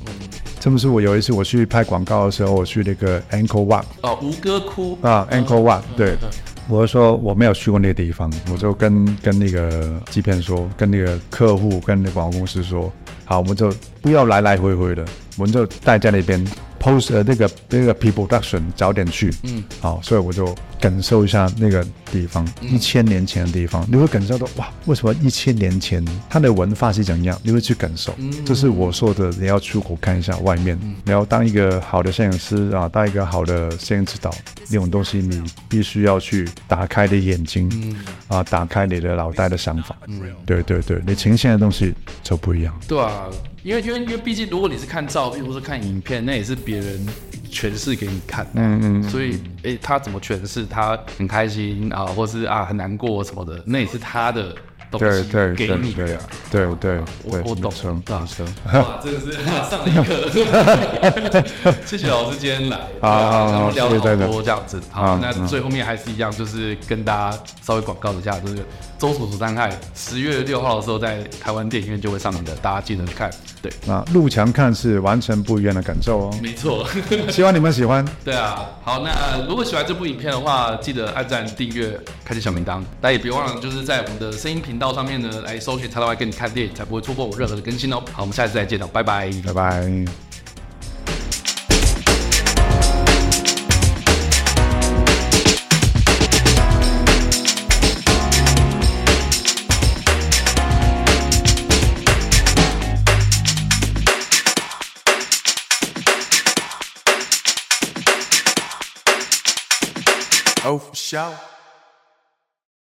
[SPEAKER 2] 这不是我有一次我去拍广告的时候，我去那个 Ankle Wat，
[SPEAKER 1] 哦，吴哥窟
[SPEAKER 2] 啊，Ankle Wat，对
[SPEAKER 1] 嗯，
[SPEAKER 2] 我就说我没有去过那个地方，我就跟跟那个基片说，跟那个客户，跟那广告公司说，好，我们就不要来来回回的，我们就待在那边 post 呃那个那个 people production 早点去，嗯，好，所以我就感受一下那个地方，
[SPEAKER 1] 嗯
[SPEAKER 2] 一千年前的地方，你会感受到哇，为什么一千年前它的文化是怎样，你会去感受，
[SPEAKER 1] 嗯
[SPEAKER 2] 这是我说的，你要出国看一下外面，你要当一个好的摄影师啊，当一个好的摄影指导，那种东西你必须要去打开你的眼睛，
[SPEAKER 1] 嗯
[SPEAKER 2] 啊，打开你的脑袋的想法，对对对，你呈现的东西就不一样。
[SPEAKER 1] 对啊，因为因为因为毕竟，如果你是看照片或是看影片，那也是别人诠释给你看的。嗯嗯。所以，诶、他怎么诠释？他很开心啊，或是啊很难过什么的，那也是他的东
[SPEAKER 2] 对
[SPEAKER 1] 西
[SPEAKER 2] 对
[SPEAKER 1] 给
[SPEAKER 2] 对
[SPEAKER 1] 你
[SPEAKER 2] 对
[SPEAKER 1] 的。
[SPEAKER 2] 对对
[SPEAKER 1] 我
[SPEAKER 2] 对，
[SPEAKER 1] 我懂啊
[SPEAKER 2] 没错
[SPEAKER 1] 大
[SPEAKER 2] 没错
[SPEAKER 1] 哇，真的是 上了一课。 谢谢老师今天来，
[SPEAKER 2] 好好
[SPEAKER 1] 然
[SPEAKER 2] 好
[SPEAKER 1] 后聊
[SPEAKER 2] 谢
[SPEAKER 1] 了
[SPEAKER 2] 谢大家
[SPEAKER 1] 好多这样子。好
[SPEAKER 2] 好，嗯
[SPEAKER 1] 那最后面还是一样，就是跟大家稍微广告一下，就是周楚楚伤害，十月六号的时候在台湾电影院就会上映的，大家记得去看。对，
[SPEAKER 2] 啊，入墙看是完全不一样的感受哦，
[SPEAKER 1] 没错。
[SPEAKER 2] 希望你们喜欢。
[SPEAKER 1] 对啊，好，那如果喜欢这部影片的话，记得按赞、订阅、开启小铃铛。大家也别忘了，就是在我们的声音频道上面呢，来搜寻“叉叉 Y 跟你看电影”，才不会错过我任何的更新哦。好，我们下次再见了，拜拜。
[SPEAKER 2] 拜拜。
[SPEAKER 3] Oh, for sure.